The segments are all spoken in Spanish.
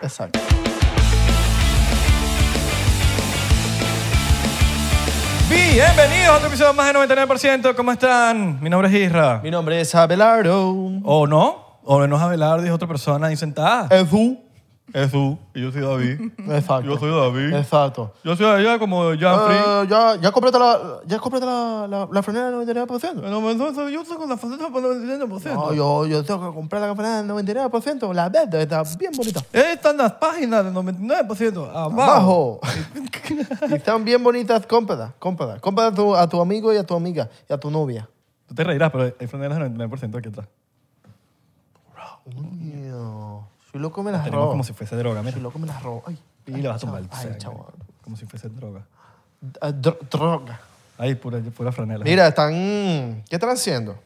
Exacto. Bienvenidos a otro episodio más de 99%. ¿Cómo están? Mi nombre es Isra. Mi nombre es Abelardo. ¿O no? ¿O no es Abelardo y es otra persona ahí sentada? Es tú. Es tú. Y yo soy David. Exacto. Yo soy David. Ah, Exacto. Yo soy allá como Jeffrey. Eh, ya, ya cómprate la, ya cómprate la, la, la franela del 99%. No, entonces yo estoy con la faceta por el 99%. No, yo, yo tengo que comprar la franela del 99%. La verde está bien bonita. Están las páginas del 99%. Abajo. Bajo. Y están bien bonitas, cómprala, cómprala. Cómprala a tu, a tu amigo y a tu amiga y a tu novia. Tú te reirás, pero el franela es el 99% aquí atrás. Mío. Soy loco me las Tenemos robo. como si fuese droga, mira. Soy loco me las robo. Ay, Y le vas a tumbar el Ay, saco, chaval. Como si fuese droga. Ah, dro- droga. Ahí, pura, pura franela. Mira, están... ¿Qué están haciendo?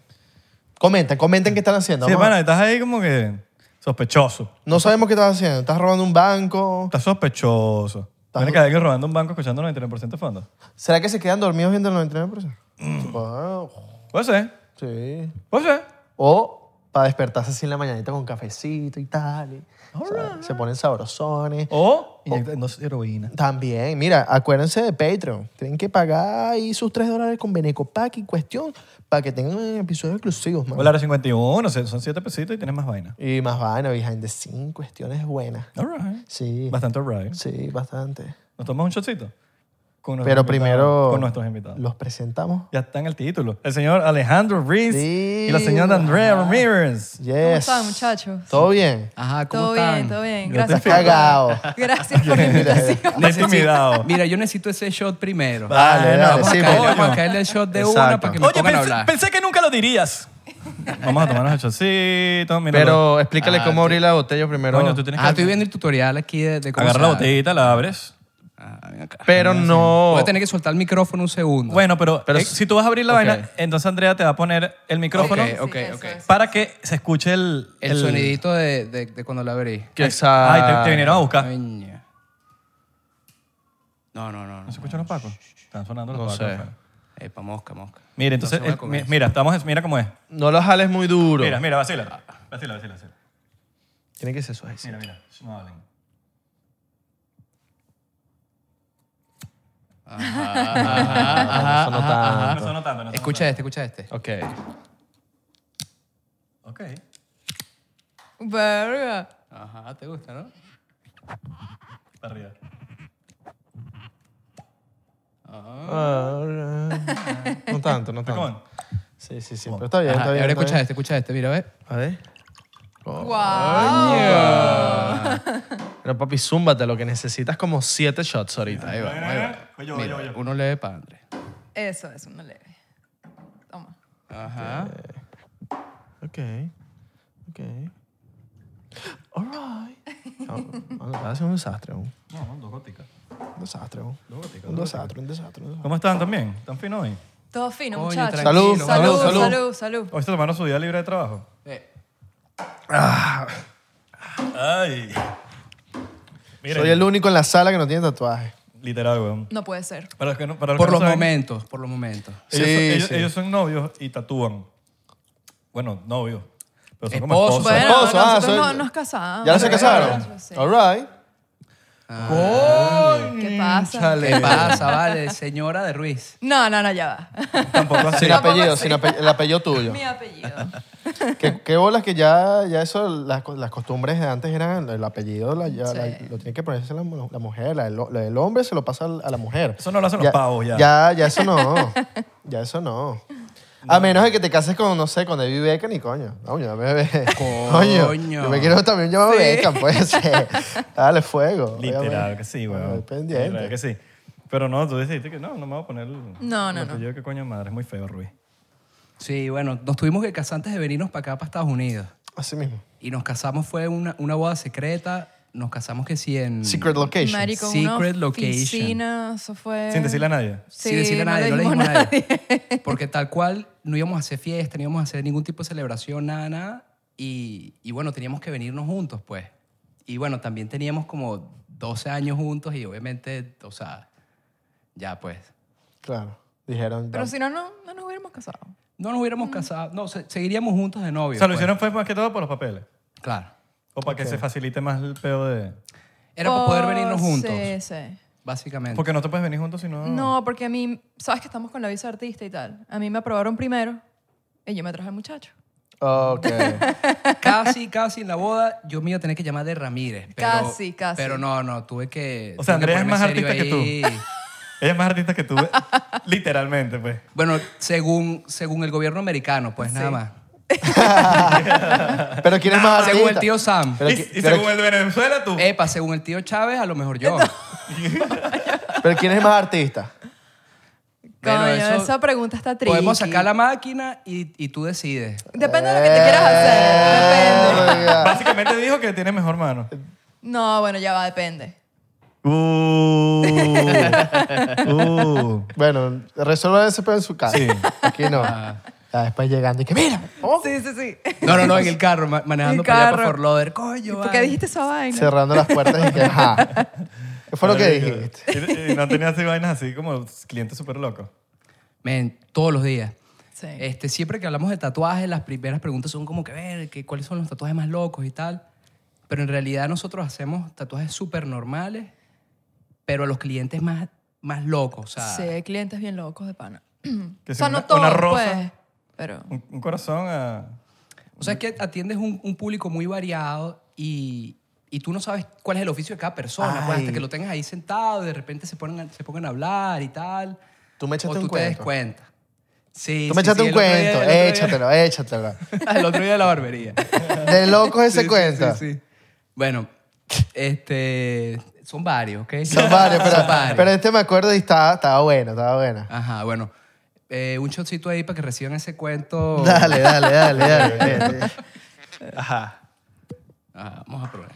Comenten, comenten qué están haciendo. Sí, Vamos a- pana, estás ahí como que sospechoso. No sabemos qué estás haciendo. Estás robando un banco. Estás sospechoso. Estás- Viene que alguien robando un banco escuchando 99% de fondo. ¿Será que se quedan dormidos viendo el 99%? Mm. Supongo. Puede ser. Sí. Puede ser. O para despertarse así en la mañanita con cafecito y tal. y, ¿sabes? Se ponen sabrosones. O inyecta- no sé, heroína. También, mira, acuérdense de Patreon. Tienen que pagar ahí sus 3 dólares con Benecopac y cuestión para que tengan episodios exclusivos, man. O el área 51, o sea, son 7 pesitos y tienes más vaina. Y más vaina, behind the scenes, cuestiones buenas. All right. Sí. Bastante all right. Sí, bastante. Nos tomamos un shotcito. Con nuestros Pero invitados- primero Con nuestros invitados. los presentamos. Ya está en el título. El señor Alejandro Reese Sí. y la señora Andrea Ah. Ramírez. Yes. están, muchachos? ¿Todo bien? Ajá, ¿cómo Todo están? bien, todo bien. Yo Gracias. te por- Cagao. Gracias por la invitación. Está intimidado. Mira, yo necesito ese shot primero. Dale, Bueno, dale, vamos, sí, pues. a porque- caerle, vamos a caerle el shot de Exacto. una para que me Oye, pongan a pensé, hablar. pensé que nunca lo dirías. Vamos a tomarnos el shotcito. mira, Pero explícale Ah, cómo sí. abrir la botella primero. Coño, tú tienes Ah, que estoy viendo el tutorial aquí de, de cómo agarrar se la abre. botellita, la abres. Ah, ven acá. pero no. Voy a tener que soltar el micrófono un segundo. Bueno, pero, Pero eh, s- si tú vas a abrir la ok. vaina, entonces Andrea te va a poner el micrófono Ok, ok, eso ok. es. para que se escuche el... El, sonidito de, de- de cuando la abrí. Que esa- Ay, te, te vinieron a buscar. Coño. No, no, no. ¿No no. se escuchan los pacos? Están sonando los No pacos. sé. afuera. Epa, mosca, mosca. Mira, entonces, Entonces voy a eh, comer mi- eso. mira, estamos, mira cómo es. No lo jales muy duro. Mira, mira, vacila. Vacila, vacila, vacila. Tiene que ser suave. Mira, mira, Shh, no hablen. Ajá, no No sonó tanto, no sonó Ah. Escucha este, escucha este. Ok. tanto. Ok. Verga. Ajá, te gusta, ¿no? Para arriba. Ah, No tanto, no Come tanto. on. Sí, sí, sí. Pero está bien, Ajá, está bien. ahora está escucha bien. este, escucha este. Mira, a ver. A ver. Wow. Pero papi, zúmbate. Lo que necesitas como siete shots ahorita. Ahí va, Ven, ahí ven, va. voy yo, voy Mira, yo, voy yo. uno leve para Andrés. Eso, eso, no leve. Toma. Ajá. Ok. Ok. All right. No, no, está haciendo un desastre aún. No, no, dos goticas. Un desastre aún. Dos goticas. Un desastre, un desastre. un desastre. ¿Cómo están también? ¿Están finos hoy? Todo fino, Coño, muchachos. Salud, tranquilo. salud, salud, salud, salud. salud, ¿Hoy se tomaron su día libre de trabajo? Eh, Ay. Mira, Soy el único en la sala que no tiene tatuaje. literal, weón. No puede ser. Para los que no- para los Por que no los saben, momentos, por los momentos. Ellos, Sí, son, ellos- sí. ellos son novios y tatúan. Bueno, novios. Pero son como Esposos. esposos. Bueno, esposo, ah, nosotros no, soy- nos casamos. ¿Ya se casaron? Sí. All right. ¿Qué pasa? ¿Qué pasa, vale? Señora de Ruiz. No, no, no, ya va. ¿eh? Tampoco así. Sin Tampoco apellido, así. sin ape- el apellido tuyo. Mi apellido. ¿Qué, qué bolas que ya, ya eso, las, co- las costumbres de antes eran el apellido, la- ya, Sí. la- lo tiene que ponerse la, mu- la mujer, la, del ho- la del hombre se lo pasa al- a la mujer. Eso no lo hacen los pavos ya. Ya, ya eso no, ya eso no. A menos de que te cases con, no sé, con David Beckham y coño. Coño, bebé. Coño. Coño. Yo me quiero también llamar Sí. Beckham, pues. eh, Dale fuego. Literal obviamente. que sí, Estoy weón. Literal que pendiente. sí. Pero no, tú dijiste que no, no me voy a poner el, no, el no. Eh. apellido, qué coño de madre, es muy feo, Ruiz. Sí, bueno, nos tuvimos que casar antes de venirnos para acá, para Estados Unidos. Así mismo. Y nos casamos, fue una, una boda secreta. Nos casamos que sí en... Secret location. Marico, Secret una location. oficina, eso fue... Sin decirle a nadie. Sin decirle a no nadie, le no le dijimos dijimos a nadie. Porque tal cual no íbamos a hacer fiesta, no íbamos a hacer ningún tipo de celebración, nada, nada. Y, y bueno, teníamos que venirnos juntos, pues. Y bueno, también teníamos como 12 años juntos y obviamente, o sea, ya pues. Claro. Dijeron. Pero ya. si no, no, no nos hubiéramos casado. Mm. No nos hubiéramos casado, no, se- seguiríamos juntos de O novios. sea, lo pues. hicieron fue más que todo por los papeles. Claro. O para que se facilite más el pedo de... Era para poder venirnos Oh, juntos, Sí, sí. básicamente. Porque no te puedes venir juntos si no... Oh. No, porque a mí, sabes que estamos con la visa de artista y tal. A mí me aprobaron primero y yo me traje al muchacho. Ok. Casi, casi en la boda, yo me iba a tener que llamar de Ramírez. Pero, Casi, casi. Pero no, no, tuve que. O sea, tuve Andrea es ponerme más serio artista que ahí. Ella es más artista que tú, eh, literalmente, pues. Bueno, según, según el gobierno americano, pues nada más. Pero ¿quién es Ah, más artista? Según el tío Sam. Pero, y qui- y pero- Eh, según el de Venezuela, tú. Epa, según el tío Chávez, a lo mejor yo. pero ¿quién es más artista? Pero Coño, eso- esa pregunta está triste. Podemos sacar la máquina y, y tú decides. Depende de lo que te quieras hacer. Eh. Depende. Verga. Básicamente dijo que tiene mejor mano. No, bueno, ya va, depende. Uh, uh. Bueno, resuelvan ese pedo en su casa. Sí. Aquí no. Ah. Ya después llegando y que mira. oh, Sí, sí, sí. No, no, no, en el carro, ma- manejando El para allá carro. para Fort Lauderdale. Coño, ¿Por qué vale. dijiste esa vaina? Cerrando las puertas y que ajá. ¿Qué fue lo que Marico. dijiste? Y, y no tenía así vainas así como clientes súper locos. Men, todos los días. Sí. Este, siempre que hablamos de tatuajes, las primeras preguntas son como que ver que, cuáles son los tatuajes más locos y tal. Pero en realidad nosotros hacemos tatuajes súper normales, pero a los clientes más, más locos. O sea, Sí, hay clientes bien locos de pana. Que o sea, si no una- todos, una rosa. pues. Pero Un, un corazón a... o sea es que atiendes un, un público muy variado y, y tú no sabes cuál es el oficio de cada persona. pues, Ay. hasta que lo tengas ahí sentado, de repente se ponen, a- se pongan a hablar y tal. Tú me o echaste tú un te des cuento. cuenta. Sí, Tú me sí, echaste sí, un el otro día- cuento. el otro día- Échatelo, échatelo. el otro día de la barbería. De locos ese Sí, sí, cuento. sí, sí. Bueno, este, son varios, ¿ok? Son varios, pero, Son varios. pero este me acuerdo y estaba, estaba bueno, estaba bueno. Ajá, bueno. eh, un shotcito ahí para que reciban ese cuento. Dale, dale, dale, dale. Ajá. Ajá, Ah, vamos a probar.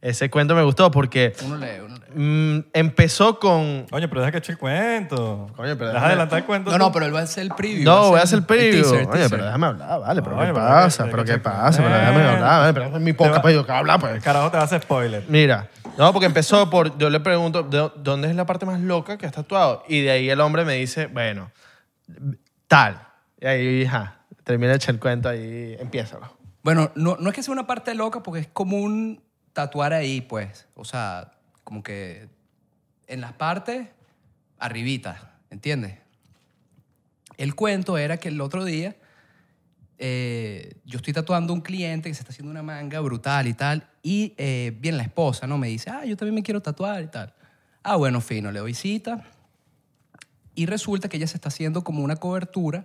Ese cuento me gustó porque Uno lee, uno lee. mm, empezó con... Oye, pero deja que eche el cuento. Coño, pero Deja déjame- adelantar el cuento. No, tú. no, pero él va a hacer el preview. va No, voy a hacer el preview. teaser, el Oye, teaser. pero déjame hablar, vale, pero Oye, ¿qué pero pasa? que- ¿Pero que- qué pasa? Pero déjame hablar, vale, pero es mi Te poca va- para yo que hablar, pues. Carajo, te va a hacer spoiler. Mira, no, porque empezó por, yo le pregunto, ¿de ¿dónde es la parte más loca que has tatuado? Y de ahí el hombre me dice, bueno, tal. Y ahí, ajá, termina de echar el cuento ahí, empiézalo. Bueno, no, no es que sea una parte loca porque es común tatuar ahí, pues. O sea, como que en las partes arribita, ¿entiendes? El cuento era que el otro día eh, yo estoy tatuando a un cliente que se está haciendo una manga brutal y tal, y eh, viene la esposa, ¿no? Me dice, ah, yo también me quiero tatuar y tal. Ah, bueno, fino, le doy cita. Y resulta que ella se está haciendo como una cobertura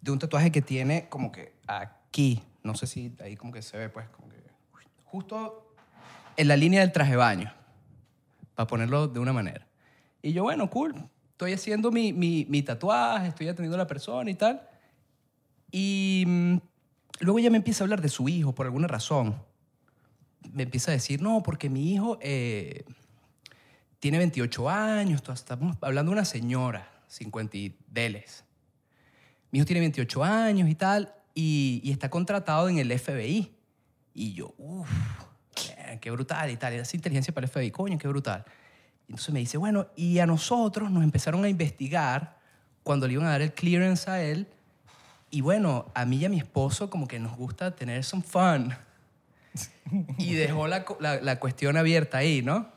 de un tatuaje que tiene como que aquí, no sé si ahí como que se ve, pues, como que justo en la línea del traje de baño, para ponerlo de una manera. Y yo, bueno, cool, estoy haciendo mi, mi, mi tatuaje, estoy atendiendo a la persona y tal. Y mm, luego ella me empieza a hablar de su hijo por alguna razón. Me empieza a decir, no, porque mi hijo eh, tiene 28 años, to- estamos hablando de una señora, 50 y deles. Mi hijo tiene 28 años y tal, y, y está contratado en el FBI. Y yo, uff, qué brutal y tal. Esa inteligencia para el FBI, coño, qué brutal. Entonces me dice, bueno, y a nosotros nos empezaron a investigar cuando le iban a dar el clearance a él. Y bueno, a mí y a mi esposo como que nos gusta tener some fun. Y dejó la, cu- la- la cuestión abierta ahí, ¿no?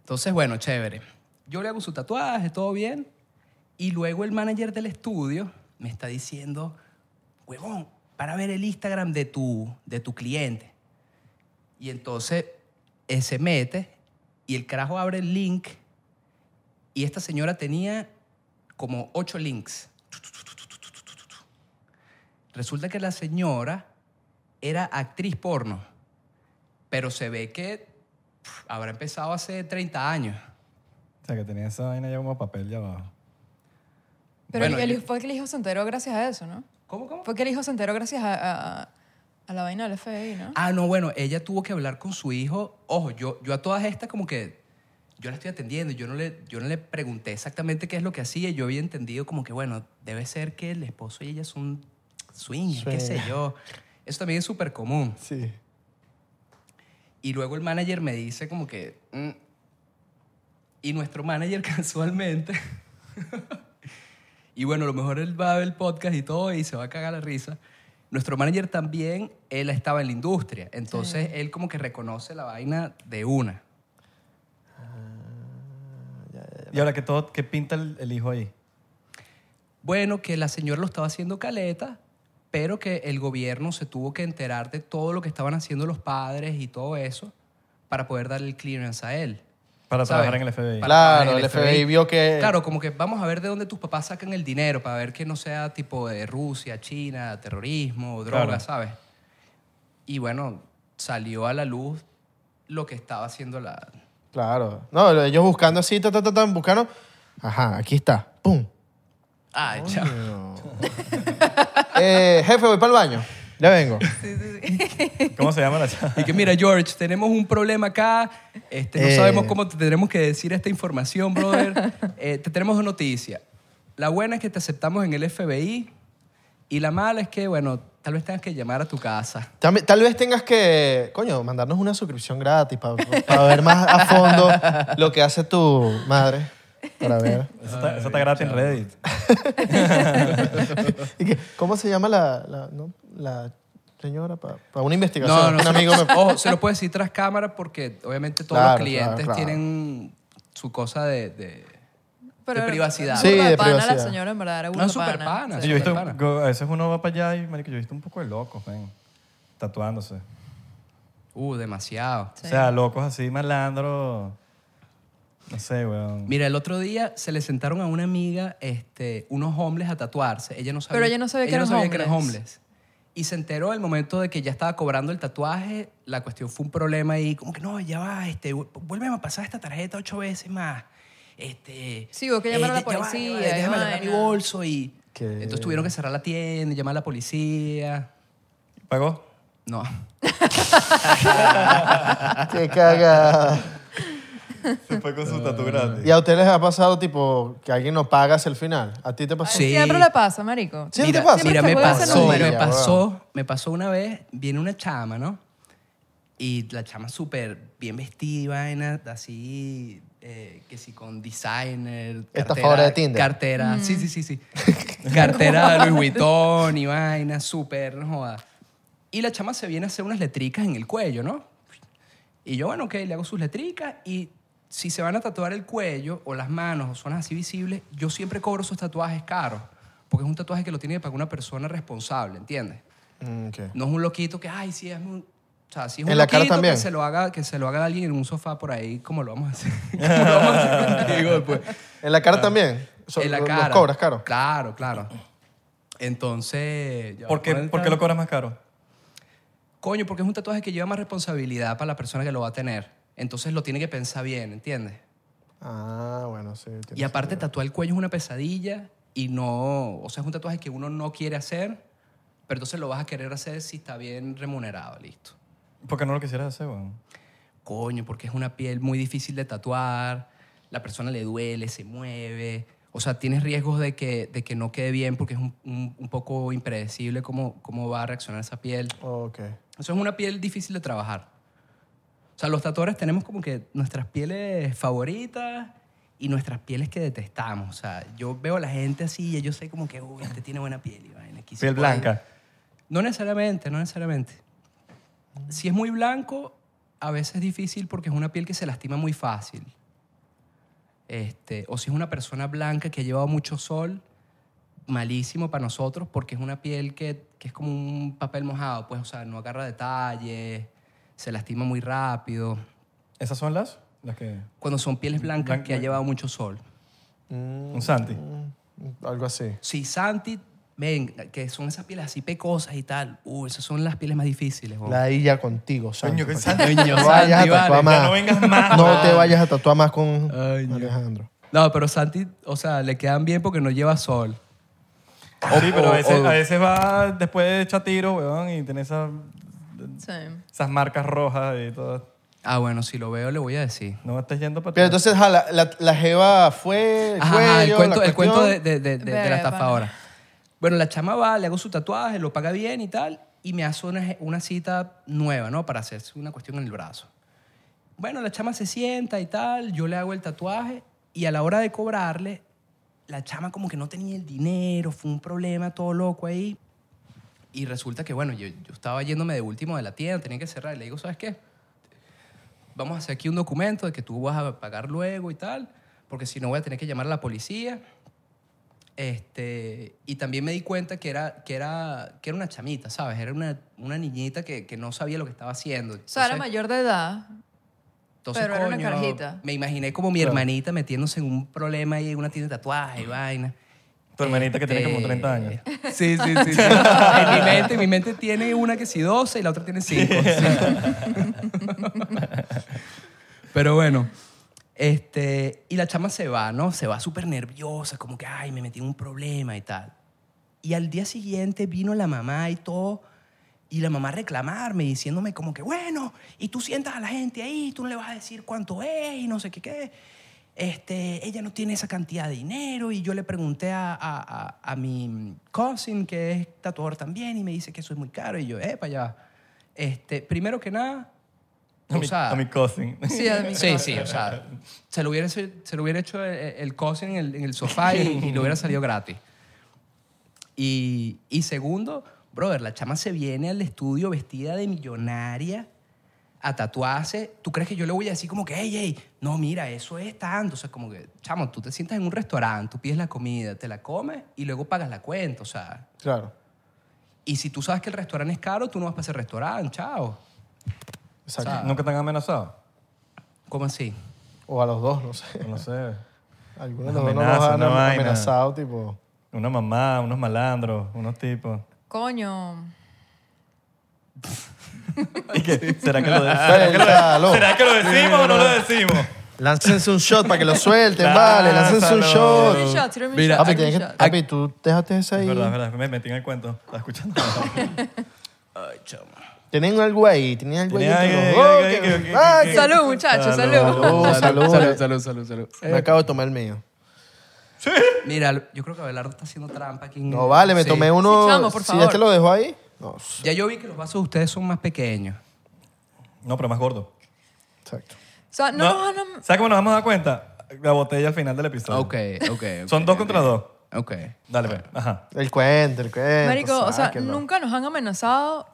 Entonces, bueno, chévere. Yo le hago su tatuaje, todo bien. Y luego el manager del estudio me está diciendo, huevón, para ver el Instagram de tu, de tu cliente. Y entonces eh, se mete y el carajo abre el link y esta señora tenía como ocho links. Resulta que la señora era actriz porno, pero se ve que pf, habrá empezado hace 30 años. O sea, que tenía esa vaina ya como papel ya abajo. pero Bueno, el- yo- fue que el hijo se enteró gracias a eso, ¿no? ¿Cómo, cómo? Fue que el hijo se enteró gracias a, a- a la vaina del FBI, ¿no? Ah, no, bueno, ella tuvo que hablar con su hijo. Ojo, yo, yo a todas estas como que yo la estoy atendiendo, yo no, le, yo no le pregunté exactamente qué es lo que hacía, yo había entendido como que, bueno, debe ser que el esposo y ella son swingers, qué sé Swingers. yo. Eso también es súper común. Sí. Y luego el manager me dice como que... mm. Y nuestro manager casualmente... y bueno, a lo mejor él va a ver el podcast y todo y se va a cagar la risa. Nuestro manager también, él estaba en la industria. Entonces, él como que reconoce la vaina de una. Y ahora que todo, que pinta el, el hijo ahí. Bueno, que la señora lo estaba haciendo caleta, pero que el gobierno se tuvo que enterar de todo lo que estaban haciendo los padres y todo eso para poder darle el clearance a él. Para ¿Sabes? trabajar en el FBI. Para Claro, trabajar en el FBI vio que- Claro, como que vamos a ver de dónde tus papás sacan el dinero para ver que no sea tipo de Rusia, China, terrorismo, droga, Claro. ¿sabes? Y bueno, salió a la luz lo que estaba haciendo la... Claro. No, lo- ellos buscando así, ta, ta, ta, ta, buscaron. Ajá, aquí está. ¡Pum! Ay, chao. Eh, jefe, voy para el baño. Ya vengo. ¿Cómo se llama la chava? Y que mira, George, tenemos un problema acá. Este, no Eh. sabemos cómo te tenemos que decir esta información, brother. Eh, te tenemos dos noticias. La buena es que te aceptamos en el FBI y la mala es que, bueno, tal vez tengas que llamar a tu casa. Tal, tal vez tengas que, coño, mandarnos una suscripción gratis para ver más a fondo lo que hace tu madre. Para ver. Eso está, eso está gratis en Reddit. Ah, Y que, ¿Cómo se llama la, la, no? la señora? Para una investigación. No, no, un se lo- amigo me- ojo, se lo puede decir tras cámara porque obviamente todos Claro, los clientes claro, claro. tienen su cosa de... de- Pero De privacidad. Sí, burda de pana privacidad. La señora en verdad era No, burda súper pana, Y Sí. yo he visto, pana. go- a veces uno va para allá y, marico, yo he visto un poco de locos, ven, tatuándose. uh, demasiado. Sí. O sea, locos así, malandros. No sé, weón. Mira, el otro día se le sentaron a una amiga este, unos homeless a tatuarse. Ella no sabía, Pero ella no sabía que eran homeless. homeless. Y se enteró al momento de que ya estaba cobrando el tatuaje. La cuestión fue un problema y como que no, ya va, este, vu- vuélveme a pasar esta tarjeta ocho veces más. Este, Sí, hubo que llamar a la ya va, ya va, policía, déjame y agarrar mi vaina. bolso y... ¿Qué? Entonces tuvieron que cerrar la tienda, llamar a la policía. ¿Pagó? No. Qué cagada. Se fue con su tatu gratis. ¿Y a ustedes les ha pasado, tipo, que alguien no paga hacia el final? ¿A ti te pasó? Sí. Siempre le pasa, marico. Sí, mira, te pasa? mira, Siempre me se juega ese pasó, número. me pasó, me pasó una vez, viene una chama, ¿no? Y la chama súper bien vestida, y vaina, así, eh, que sí, con designer. Esta cartera- favora de Tinder. Cartera, sí, sí, sí, sí. cartera de Louis Vuitton y vaina, súper, no joda. Y la chama se viene a hacer unas letricas en el cuello, ¿no? Y yo, bueno, ok, le hago sus letricas y si se van a tatuar el cuello o las manos o zonas así visibles, yo siempre cobro esos tatuajes caros. Porque es un tatuaje que lo tiene que pagar una persona responsable, ¿entiendes? Mm, ok. No es un loquito que, ay, sí, es un... O sea, si es ¿En un la loquito cara también? que se lo haga que se lo haga a alguien en un sofá por ahí, como lo vamos a hacer, como lo vamos a hacer contigo después. ¿En la cara también? So- en la lo- cara. ¿Los cobras caro? Claro, claro. Entonces... ya ¿Por qué, voy a poner el por qué lo tatuaje. cobras más caro? Coño, porque es un tatuaje que lleva más responsabilidad para la persona que lo va a tener. Entonces lo tiene que pensar bien, ¿entiendes? Ah, bueno, sí. tiene Y aparte, sentido. tatuar el cuello es una pesadilla y no. O sea, es un tatuaje que uno no quiere hacer, pero entonces lo vas a querer hacer si está bien remunerado, listo. Porque no lo quisieras hacer, weón. Coño, porque es una piel muy difícil de tatuar, la persona le duele, se mueve. O sea, tienes riesgos de que, de que no quede bien porque es un, un- un poco impredecible cómo, cómo va a reaccionar esa piel. Ok. Eso es una piel difícil de trabajar. O sea, los tatuadores tenemos como que nuestras pieles favoritas y nuestras pieles que detestamos. O sea, yo veo a la gente así y yo sé como que, uy, este tiene buena piel. Y vaina, aquí se Piel puede". blanca. No necesariamente, no necesariamente. Si es muy blanco, a veces es difícil porque es una piel que se lastima muy fácil. Este, o si es una persona blanca que ha llevado mucho sol, malísimo para nosotros porque es una piel que, que es como un papel mojado, pues, o sea, no agarra detalles, se lastima muy rápido. ¿Esas son las? Las que... Cuando son pieles blancas Blanca, que ha blanca. llevado mucho sol. Mm, Un Santi. mm, algo así. Si Santi, ven, que son esas pieles así pecosas y tal, uh, esas son las pieles más difíciles. weón. La I ya contigo, Santi. Coño, que para Santi. Coño, No vayas a Santi, tatuar vale. más. Ya no vengas más, No weón. te vayas a tatuar más con Ay, Dios. Alejandro. No, pero Santi, o sea, le quedan bien porque no lleva sol. O- sí, pero o- a veces, o- a veces va después de echar tiro, weón, y tiene esas, Sí. esas marcas rojas y todo. Ah, bueno, si lo veo le voy a decir. No estés yendo para Pero entonces, ajá, la, la, la jeva fue, el Ajá, cuello, ajá, el la cuento, el cuento de, cuestión. de- de- de- de la Beba. estafadora. Bueno, la chama va, le hago su tatuaje, lo paga bien y tal, y me hace una, una cita nueva, ¿no? Para hacerse una cuestión en el brazo. Bueno, la chama se sienta y tal, yo le hago el tatuaje, y a la hora de cobrarle, la chama como que no tenía el dinero, fue un problema todo loco ahí. Y resulta que, bueno, yo, yo estaba yéndome de último de la tienda, tenía que cerrar. Y le digo, ¿sabes qué? Vamos a hacer aquí un documento de que tú vas a pagar luego y tal, porque si no voy a tener que llamar a la policía. Este, y también me di cuenta que era, que era, que era una chamita, ¿sabes? Era una, una niñita que, que no sabía lo que estaba haciendo. O sea, era Entonces- mayor de edad. entonces, Pero era una coño, carajita. Me imaginé como mi hermanita metiéndose en un problema ahí en una tienda de tatuajes y vaina. Tu hermanita que tiene como Este, 30 años. Sí, sí, sí. sí. en, mi mente, en mi mente tiene una que sí 12 y la otra tiene 5. Pero bueno. Este, y la chama se va, ¿no? Se va súper nerviosa, como que, ay, me metí en un problema y tal. Y al día siguiente vino la mamá y todo, y la mamá a reclamarme, diciéndome como que, bueno, y tú sientas a la gente ahí, tú no le vas a decir cuánto es y no sé qué qué. Este, ella no tiene esa cantidad de dinero y yo le pregunté a, a- a- a mi cousin, que es tatuador también, y me dice que eso es muy caro. Y yo, eh, para allá. Este, primero que nada, A mi, o sea, a mi cousin. Sí, a mí. Sí, sí, o sea, se lo hubiera, hecho- se lo hubiera hecho el, el cousin en el, en el sofá y, y le hubiera salido gratis. Y, y segundo, brother, la chama se viene al estudio vestida de millonaria a tatuarse. ¿Tú crees que yo le voy a decir como que, hey, hey, no, mira, eso es tanto? O sea, como que, chamo, tú te sientas en un restaurante, tú pides la comida, te la comes y luego pagas la cuenta, o sea. Claro. Y si tú sabes que el restaurante es caro, tú no vas para ese restaurante, chao. Exacto. O sea, ¿Nunca te han amenazado? ¿Cómo así? o a los dos, no sé. No sé. Algunos de Una los dos nos amenaza, han una vaina. amenazado, tipo. Una mamá, unos malandros, unos tipos. Coño. ¿Y qué? ¿Será que lo, de- será Ah, que lo de- Suéltalo. será que lo decimos o no lo decimos? Láncense un shot para que lo suelten, vale. Láncense un Lánzalo. shot. Tírame un shot, tírame un Mira, shot, Papi, tírame un tienes que, shot. papi, tú dejaste esa Es ahí. verdad, es verdad. Me metí en el cuento. ¿Estás escuchando? Ay, chamo. Tienen algo ahí, tienen algo ahí. Tienen entre algo, los algo, dos, algo, que- algo, algo, ¡Ay! algo, Salud, muchachos, salud. Salud, salud. salud, salud, salud, salud. Me acabo de tomar el mío. Mira, yo creo que Abelardo está haciendo trampa aquí. en- No vale, me Sí. tomé uno. Sí, chamo, por Si favor. este lo dejó ahí, no. s- Ya yo vi que los vasos de ustedes son más pequeños. No, pero más gordo. Exacto. O sea, no, nos van a- ¿Sabes cómo nos vamos a dar cuenta? La botella al final del episodio. Ok, ok. Son ok, dos ok. contra dos. Ok. Dale, pues. Ajá. El cuento, el cuento. Marico, o sea, Eh, pues, sáquenlo. nunca nos han amenazado,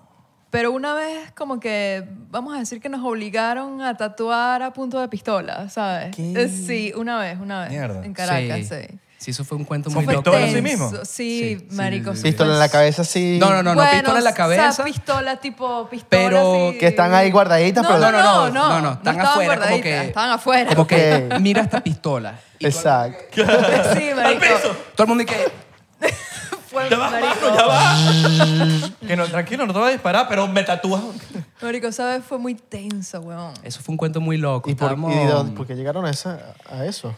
pero una vez como que, vamos a decir que nos obligaron a tatuar a punto de pistola, ¿sabes? Eh, Sí, una vez, una vez. Mierda. En Caracas, sí. Sí, eso fue un cuento Son muy loco. pistola pistolas, en sí mismo? Sí, Sí, sí, marico. sí, sí. Pistola en la cabeza, sí. No, no, no, no, Bueno, pistola en la O sea, cabeza. pistola tipo pistola. Pero así. que están ahí guardaditas, no, pero- No, no, no, no, no, no, están estaban afuera, como guardaditas, que. Estaban afuera. Como que Ok. mira esta pistola. Y todo el- Exacto. Sí, marico. Todo el mundo y que. Fue, Ya va, marico, mano, ya va. que no, tranquilo, no te voy a disparar, pero me tatúas. marico, ¿sabes? Fue muy tenso, weón. Eso fue un cuento muy loco. ¿Y por, Estábamos- y de dónde- por qué llegaron a, esa, a eso?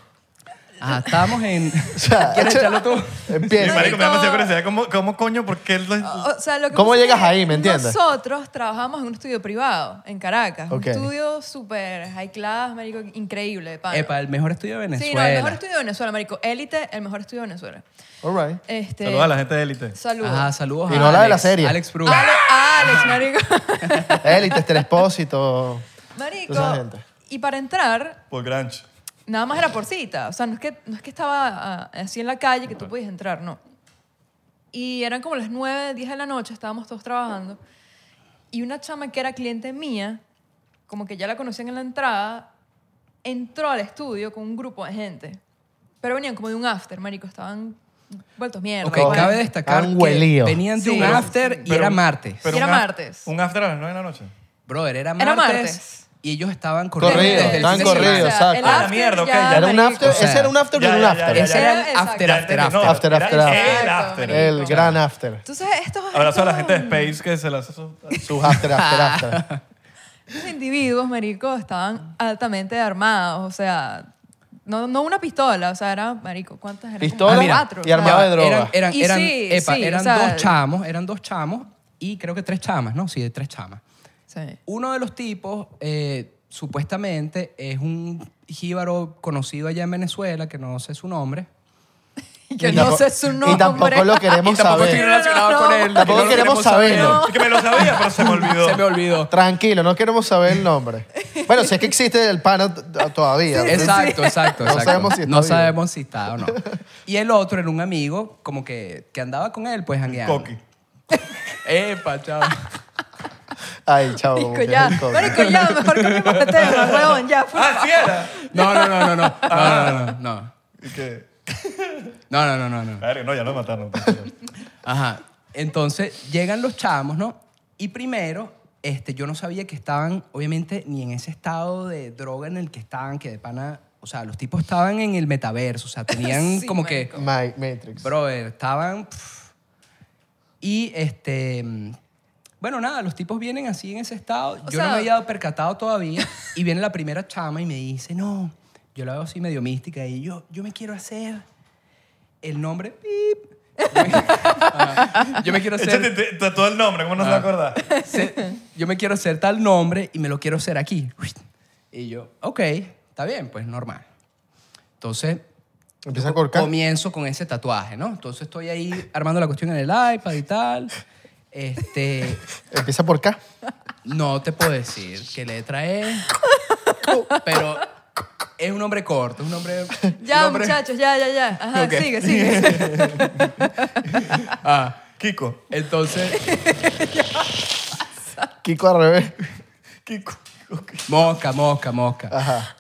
Ah, estábamos en. sea, ¿Quieres echarlo tú? Y Empieza. marico, me da Marico. demasiada curiosidad. ¿Cómo, cómo coño? ¿Por qué los- O- o sea, lo que ¿Cómo pasa es llegas que ahí, me entiendes? Nosotros trabajamos en un estudio privado en Caracas. Ok. Un estudio súper high class, marico, increíble. de pana. Epa, el mejor estudio de sí, no, el mejor Venezuela. estudio de Venezuela, marico. Élite, el mejor estudio de Venezuela. All right. Este, Saluda a la gente de élite. Saludos. Ajá, saludos Y a no la de la Alex, serie. Alex Bruce. Ale- Alex, marico. Élite, Estelespósito. Toda esa marico. gente. Y para entrar, Por Granch. nada más era por cita. O sea, no es que, no es que estaba ah, así en la calle que tú podías entrar, no. Y eran como las 9, 10 de la noche, estábamos todos trabajando. Y una chama que era cliente mía, como que ya la conocían en la entrada, entró al estudio con un grupo de gente. Pero venían como de un after, marico, estaban vueltos mierda. Ok, bueno. cabe destacar Tan que huelío. venían de Sí. un Pero- after y era martes. Y era un af- martes. Un after a las 9 de la noche. Brother, era martes. Era martes. Y ellos estaban corriendo. Corrido, desde el estaban fin de semana. corridos, exacto. el Ah, la after mierda, ok, ya, ya Era un marico, after, O sea, ese era un after ya, de un ya, after. ya, Ese era el Exacto. after, Ya after, entendí, after. no, After, era after, El after. after. Exacto. El gran after. Entonces, estos Abrazo a la estos- gente de Space que se las hace. Sus after, after, after. Los individuos, marico, estaban altamente armados, o sea, no, no una pistola, o sea, era, marico, ¿cuántas eran? Como Pistola cuatro, mira, cuatro, y o sea, armado de droga. Eran, eran, Y eran- sí, epa, sí, eran o sea- dos chamos, eran dos chamos y creo que tres chamas, ¿no? Sí, tres chamas. Sí. Uno de los tipos, eh, supuestamente, es un jíbaro conocido allá en Venezuela, que no sé su nombre. Que Y no tampo- sé su nombre. Y tampoco lo queremos saber. relacionado con él, Tampoco no lo queremos saberlo. Es que me lo sabía, pero se me olvidó. Se me olvidó. Tranquilo, no queremos saber el nombre. Bueno, si es que existe el pana t- t- todavía. Exacto, exacto, No exacto. sabemos si está No vivo. sabemos si está o no. Y el otro era un amigo como que, que andaba con él, pues jangueando. Coqui. Epa, chao. Ay, chavo. Marico, qué ya. rico. Marico, ya. Mejor cambiemos de tema, huevón. Ya, por ¡Ah, favor. sí era! No, no, no, no, no. No, no, no, no. ¿Y qué? No, no, no, no, no. Verga, no, ya lo mataron. Ajá. Entonces llegan los chamos, ¿no? Y primero, este, yo no sabía que estaban, obviamente, ni en ese estado de droga en el que estaban, que de pana, o sea, los tipos estaban en el metaverso, o sea, tenían Sí, como que, marico. Ma- Matrix. brother, estaban... pff. y este... mm, Bueno, nada, los tipos vienen así en ese estado. yo sea- no me había dado percatado todavía. Y viene la primera chama y me dice, no, yo la veo así medio mística y yo, yo me quiero hacer el nombre. pip". Yo me- Ajá. Yo me quiero hacer... Échate te- tatuó el nombre, ¿cómo no Ah. se va a acordar? Se- yo me quiero hacer tal nombre y me lo quiero hacer aquí. Y yo, ok, está bien, pues normal. Entonces, Empieza a corcar. comienzo con ese tatuaje, ¿no? Entonces estoy ahí armando la cuestión en el iPad y tal. Este, Empieza por K. no te puedo decir qué letra es, pero es un nombre corto, es un nombre... Ya, nombre- muchachos, ya, ya, ya. Ajá, Ok. sigue, sigue. Ah, Kiko. entonces, Kiko al revés. Kiko. Ok. mosca, mosca, mosca. Ajá.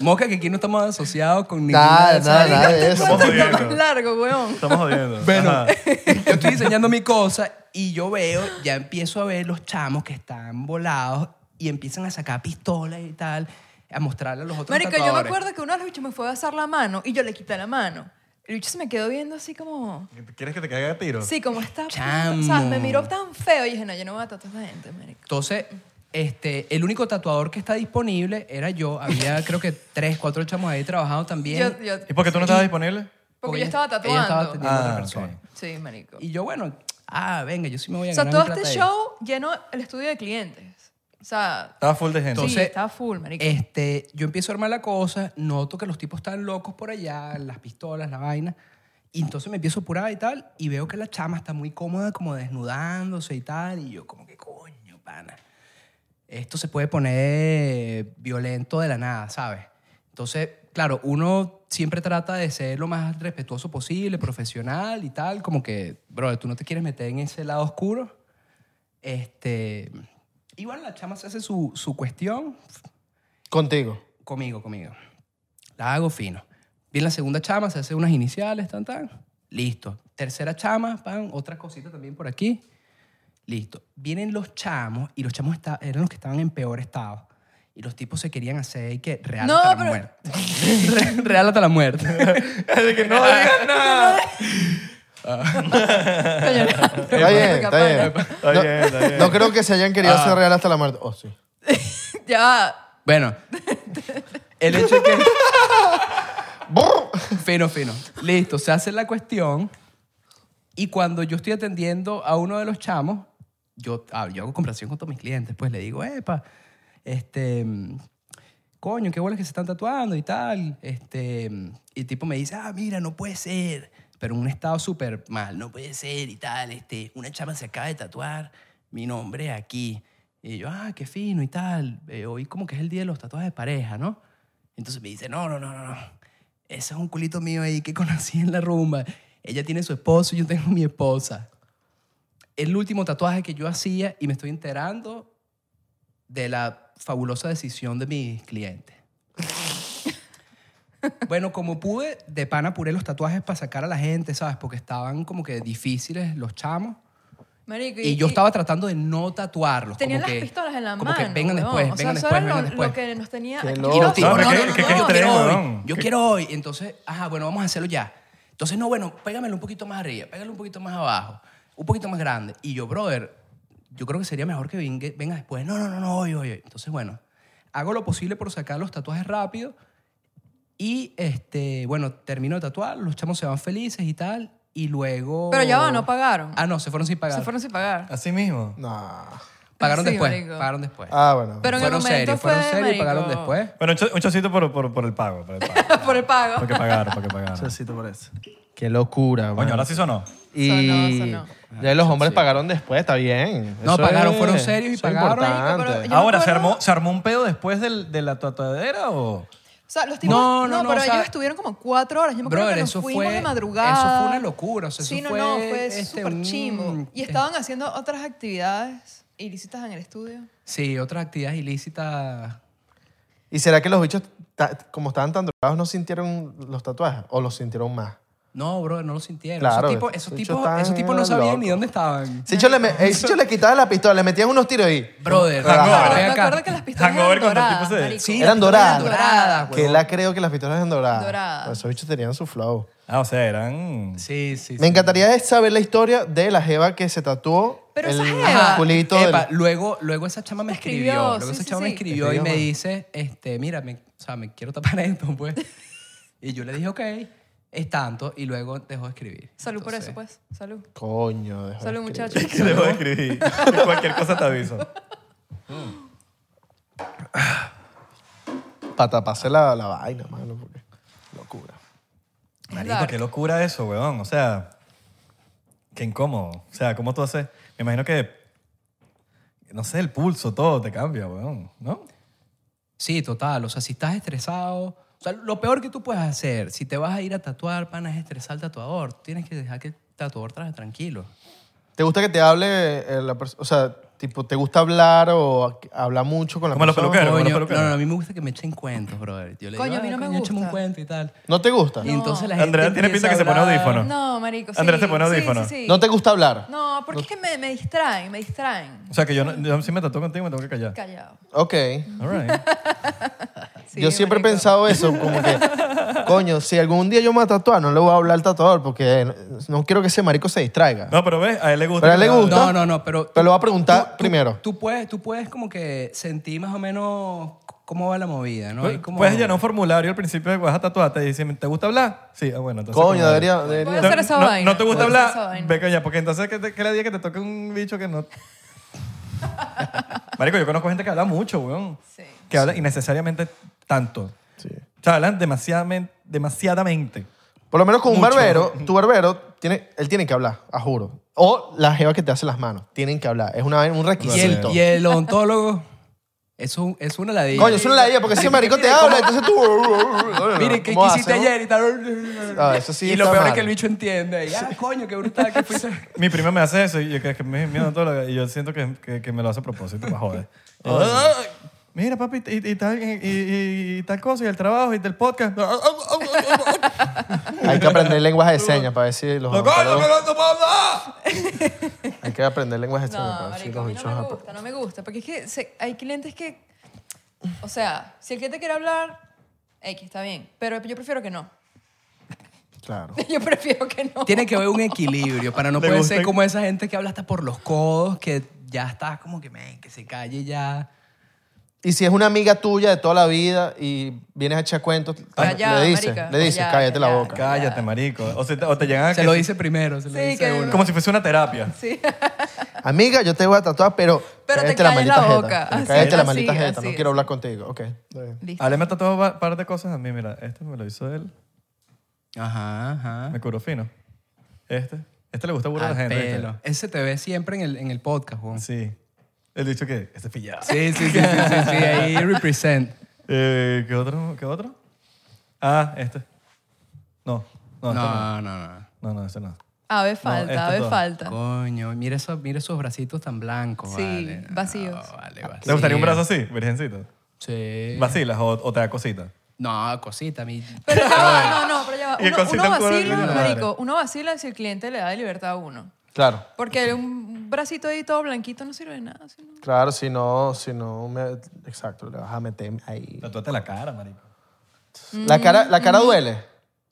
Mosca que aquí no estamos asociados con ninguna Nada, de esas- nada, nada de eso. Estamos Está más jodiendo. largo, huevón. Estamos jodiendo. Bueno, Ajá. yo estoy diseñando mi cosa y yo veo, ya empiezo a ver los chamos que están volados y empiezan a sacar pistolas y tal, a mostrarle a los otros Marico, yo me tatuadores. acuerdo que uno de los bichos me fue a besar la mano y yo le quité la mano. El bicho se me quedó viendo así como... ¿Quieres que te caiga a tiro? Sí, como está. Chamo. O sea, me miró tan feo y dije, no, yo no voy a tatuar a esta gente, marico. Entonces, este, el único tatuador que está disponible era yo. Había creo que tres, cuatro chamos ahí trabajando también. Yo- yo- ¿Y por qué tú no estabas disponible? porque ella- yo estaba Ella estaba tatuando. atendiendo a otra Ah, persona. ok. Sí, marico. Y yo, bueno, ah, venga, yo sí me voy a o ganar sea, todo mi este plata ahí. show llenó el estudio de clientes. O sea, Estaba full de gente. Entonces- sí, estaba full, marico. Este, yo empiezo a armar la cosa, noto que los tipos están locos por allá, las pistolas, la vaina. Y entonces me empiezo a apurar y tal, y veo que la chama está muy cómoda, como desnudándose y tal, y yo como que coño, pana. Esto se puede poner violento de la nada, ¿sabes? Entonces, claro, uno siempre trata de ser lo más respetuoso posible, profesional y tal, como que, bro, tú no te quieres meter en ese lado oscuro. Este, y bueno, la chama se hace su, su cuestión, Contigo. Conmigo, conmigo. La hago fino. Viene la segunda chama, se hace unas iniciales, tan, tan. Listo. Tercera chama, pan, otras cositas también por aquí. Listo. Vienen los chamos y los chamos esta- eran los que estaban en peor estado. Y los tipos se querían hacer y que real No, hasta la pero- muerte. Re- real hasta la muerte. De que no digas nada. Coño, no. Está bien, está bien. Está bien, está bien. No creo que se hayan querido hacer real hasta la muerte. Oh, sí. Ya, Bueno, el hecho es que... Brr. Fino, fino. Listo, se hace la cuestión. Y cuando yo estoy atendiendo a uno de los chamos, yo, ah, yo hago comparación con todos mis clientes, pues le digo, epa, este, mm, coño, qué bolas que se están tatuando y tal. Este, mm, y el tipo me dice, ah, mira, no puede ser. Pero en un estado súper mal, no puede ser y tal. Este, una chama se acaba de tatuar mi nombre aquí. Y yo, ah, qué fino y tal. Eh, hoy como que es el día de los tatuajes de pareja, ¿no? Entonces me dice, no, no, no, no, no. Ese es un culito mío ahí que conocí en la rumba. Ella tiene su esposo y yo tengo mi esposa. El último tatuaje que yo hacía y me estoy enterando de la fabulosa decisión de mis clientes. Bueno, como pude, de pana apuré los tatuajes para sacar a la gente, ¿sabes? Porque estaban como que difíciles los chamos. marico. Y yo estaba tratando de no tatuarlos. Tenían como las que- pistolas en la como mano. que vengan weón. después, O sea, vengan eso después, era vengan lo, después. lo que nos tenía. Qué aquí. loco. Y No, los tipos, pero no, qué- no, qué- no, no, qué yo quiero extremo, hoy, weón. yo Qué- quiero hoy. Entonces, ajá, bueno, vamos a hacerlo ya. Entonces, no, bueno, pégamelo un poquito más arriba, pégalo un poquito más abajo, un poquito más grande. Y yo, brother, yo creo que sería mejor que venga, venga después. No, no, no, no, hoy, hoy, hoy. Entonces, bueno, hago lo posible por sacar los tatuajes rápido y, este, bueno, termino de tatuar, los chamos se van felices y tal, y luego... Pero ya va, no pagaron. Ah, no, se fueron sin pagar. Se fueron sin pagar. Así mismo. No. Pagaron Sí, después, marico. pagaron después. Ah, bueno. Pero en el fueron momento serios, fue, fueron serios y marico, pagaron después. Bueno, un cho- un chocito por, por, por el pago. Por el pago. Por el pago. Porque pagaron, porque pagaron. Chocito por eso. Qué locura, Coño, mano. ahora sí sonó. Y Sonó, ya los hombres pagaron después, está bien. No, Eso pagaron, es- fueron serios y eso es pagaron. importante. Marico, pero yo- me Ahora, ¿se acuerdo- armó, ¿se armó un pedo después del, de la tatuadera o...? O sea, los tipos. No, no, no, pero o sea- ellos estuvieron como cuatro horas. Yo me acuerdo Brother, que nos eso fuimos fue- de madrugada. eso fue una locura, o sea, sí, eso no, no, fue, fue este, súper un- chimo. Y estaban haciendo otras actividades ilícitas en el estudio. Sí, otras actividades ilícitas. ¿Y será que los bichos, ta- como estaban tan drogados, no sintieron los tatuajes? ¿O los sintieron más? No, bro, no lo sintieron. Claro, esos tipos, esos esos bichos tipos, están esos tipos no sabían locos. ni dónde estaban. Si yo le, me- eh, si yo le quitaba la pistola, le metían unos tiros y... Brother, Hangover. ven Claro, me acá. acuerdo que las pistolas Ah, Hangover eran cuando el tipo doradas, se- marico. Sí, Eran las pistolas doradas. doradas, Que huevón. la creo que las pistolas eran doradas. Pues Doradas. Esos bichos tenían su flow. Ah, o sea, eran... Sí, sí. Me sí. encantaría saber la historia de la jeva que se tatuó Pero el esa jeva- culito del- Epa, luego, luego esa chama me Te escribió. escribió, luego sí, esa sí, chama me sí. escribió y me dice, este, mira, me, o sea, me quiero tapar esto, pues. Y yo le dije, ok, es tanto. Y luego dejó de escribir. Salud por Entonces, eso, pues. Salud. Coño, deja de Salud, escribir. muchachos. Que debo de escribir. Cualquier cosa te aviso. Para taparse la, la vaina, mano. Porque... Locura. Marico, qué locura eso, weón. O sea, qué incómodo. O sea, ¿cómo tú haces? Me imagino que, no sé, el pulso, todo te cambia, weón, ¿no? Sí, total. O sea, si estás estresado... O sea, lo peor que tú puedes hacer, si te vas a ir a tatuar, pana, es estresar al tatuador. Tú Tienes que dejar que el tatuador trabaje tranquilo. ¿Te gusta que te hable eh, la persona? O sea, tipo, ¿te gusta hablar o a- habla mucho con la Como los persona? peluqueros. Claro, Coño, bueno, no, peluquero. no, a mí me gusta que me echen cuentos, brother. Yo le digo, Coño, a mí "Ah, no me échame un gusta. cuento y tal. ¿No te gusta? Y entonces la gente Andrea tiene pinta empieza que a se pone hablar. audífono. No, marico. Sí, Andrés, ¿te pone sí, audífono? sí, sí. ¿No te gusta hablar? No, porque es que me, me distraen, me distraen. O sea, que yo, no- yo si me tatúo contigo me tengo que callar. Callado. Ok. All right. Sí, yo siempre he marico. pensado eso, como que, coño, si algún día yo me voy a tatuar, no le voy a hablar al tatuador porque eh, no, no quiero que ese marico se distraiga. No, pero ves, a él le gusta. Pero a él le que- gusta. No, no, no, pero... Te lo voy a preguntar tú- primero. Tú puedes, tú puedes como que sentir más o menos cómo va la movida, ¿no? Hay Puedes- como- Puedes llenar un formulario al principio de vas a tatuarte y dicen, ¿te gusta hablar? Sí, ah, bueno. Entonces, coño, como- debería... Voy debería- a No, hacer esa no, vaina. No te gusta Voy a hacer esa hablar, vaina. ve coña, porque entonces que, te- que la día que te toque un bicho que no... Marico, yo conozco gente que habla mucho, weón. Sí. Que habla innecesariamente tanto. Sí. O sea, hablan demasiadamente. demasiadamente. Por lo menos con un Mucho. barbero, tu barbero, tiene, él tiene que hablar, a juro. O la jeva que te hace las manos, tienen que hablar. Es una, un Y el, requisito. y el odontólogo es, un, es una ladilla. Coño, es una ladilla porque si el marico te habla, entonces tú... uh, Miren, ¿qué ¿Cómo hiciste hace, no? ayer? Y, tal? Ah, eso sí y lo está peor es mal. que el bicho entiende. Y, ah, coño, qué brutal que fuiste. Mi prima me hace eso y yo, que, que me miedo todo lo- y yo siento que, que, que me lo hace a propósito para joder. Y yo, "Ay, Mira, papi, y, y tal, y, y- y tal cosa, y el trabajo, y del podcast. Hay que aprender lenguas de señas para decir los... ¡No, coño, que no te puedo hablar! Hay que aprender lenguas de señas No, para decir marico, a los mí bichos... no me gusta, no me gusta. Porque es que se- hay clientes que... O sea, si el cliente quiere hablar, X, está bien. Pero yo prefiero que no. Claro. Yo prefiero que no. Tiene que haber un equilibrio para no Le poder gusta ser que- como esa gente que habla hasta por los codos, que ya estás como que, men, que se calle ya. Y si es una amiga tuya de toda la vida y vienes a echar cuentos, Callada, le dices, marica, le dices, callada, cállate la callada. boca. Cállate, marico. O, se- o te llegan a Se Ah, que- lo dice primero, se lo Sí, dice que- uno. Como si fuese una terapia. Sí. Amiga, yo te voy a tatuar, pero, Pero te cállate la callas maldita la jeta. boca. Pero Así, cállate la así, maldita jeta, no así, quiero así. hablar contigo. Ok, está bien. Listo. Ale me tatuó un par de cosas a mí. Mira, este me lo hizo él. Ajá, ajá. Me curó fino. Este. Este le gusta burlar a Al la gente. ¿viste? pelo. Ese te ve siempre en el, en el podcast, Juan. Sí, Sí. El dicho que este pillado. sí, sí, sí, sí, sí, ahí represent. Eh, ¿Qué otro? ¿Qué otro? Ah, este. No. No, este no. No, no, no. No, no, este no. Ave esto falta, ave todo. falta. Coño, mira esos, mira esos bracitos tan blancos. Sí, vale. No, vacíos. vale, ¿Te gustaría un vacío. brazo así, virgencito? Sí. ¿Vacilas o, o te da cosita? No, cosita. Mi... Pero ya va, no, no, pero ya va. Y el Uno, concierto uno del cuadro de vacila, Lina marico, uno vacila si el cliente le da libertad a uno. Claro, Porque un bracito ahí todo blanquito no sirve de nada. sino- claro, si no, si no, me- exacto, le vas a meter ahí. Tatúate la cara, marico. La cara, la cara duele. O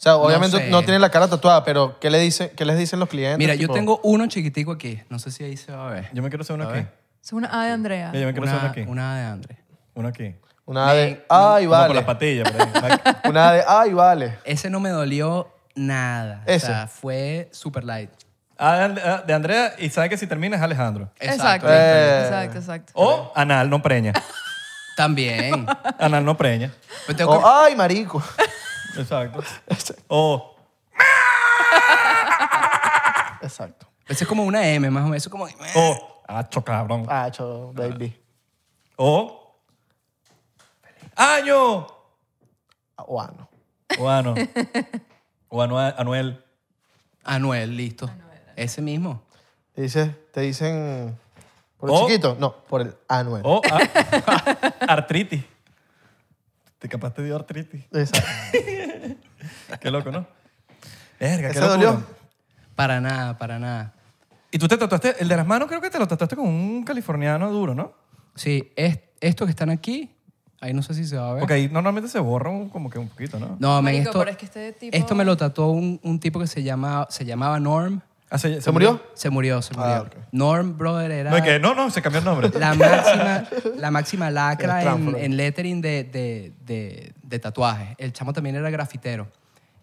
sea, obviamente no, sé. tienes la cara tatuada, pero ¿qué, le dice, ¿qué les dicen los clientes? Mira, yo Tipo, tengo uno chiquitico aquí. No sé si ahí se va a ver. Yo me quiero hacer uno A aquí. ver. Es una A de Andrea. Ya, Yo me quiero hacer uno Una, aquí. una de André. Uno aquí. Una de, ay, Uno con vale. la patilla. por ahí. Una de, ay, vale. Ese no me dolió nada. Ese. O sea, fue super light. Ah, de And- ah, de Andrea, y sabe que si termina es Alejandro. Exacto, Eh. exacto, exacto. O anal, no preña. También. Anal, no preña. Pero tengo O, que- ay, marico. Exacto. O Exacto. Ese es como una M, más o menos. Eso es como... eh, O, acho cabrón. Pacho, baby. O, año. Ah, o ano. O Ano. O Anua- Anuel. Anuel, listo. Ese mismo. Te, dices- te dicen por el O- chiquito, no, por el anuel. O a- Oh, ah. artritis. Te capaz te dio artritis. Exacto. Qué loco, ¿no? Verga, qué ¿Ese dolió? locura. Para nada, para nada. Y tú te tatuaste, el de las manos creo que te lo tatuaste con un californiano duro, ¿no? Sí, es, estos que están aquí, ahí no sé si se va a ver. Porque ahí normalmente se borra un- como que un poquito, ¿no? No, men, Marico, esto, pero es que este tipo- esto me lo tatuó un, un tipo que se, llama, se llamaba Norm. Ah, ¿se, ¿Se murió? Se murió, se murió. Ah, ok. Norm, brother, era... No, es que no, no, se cambió el nombre. la máxima, la máxima El lacra en, tránfulo. en lettering de, de, de- de tatuajes. El chamo también era grafitero.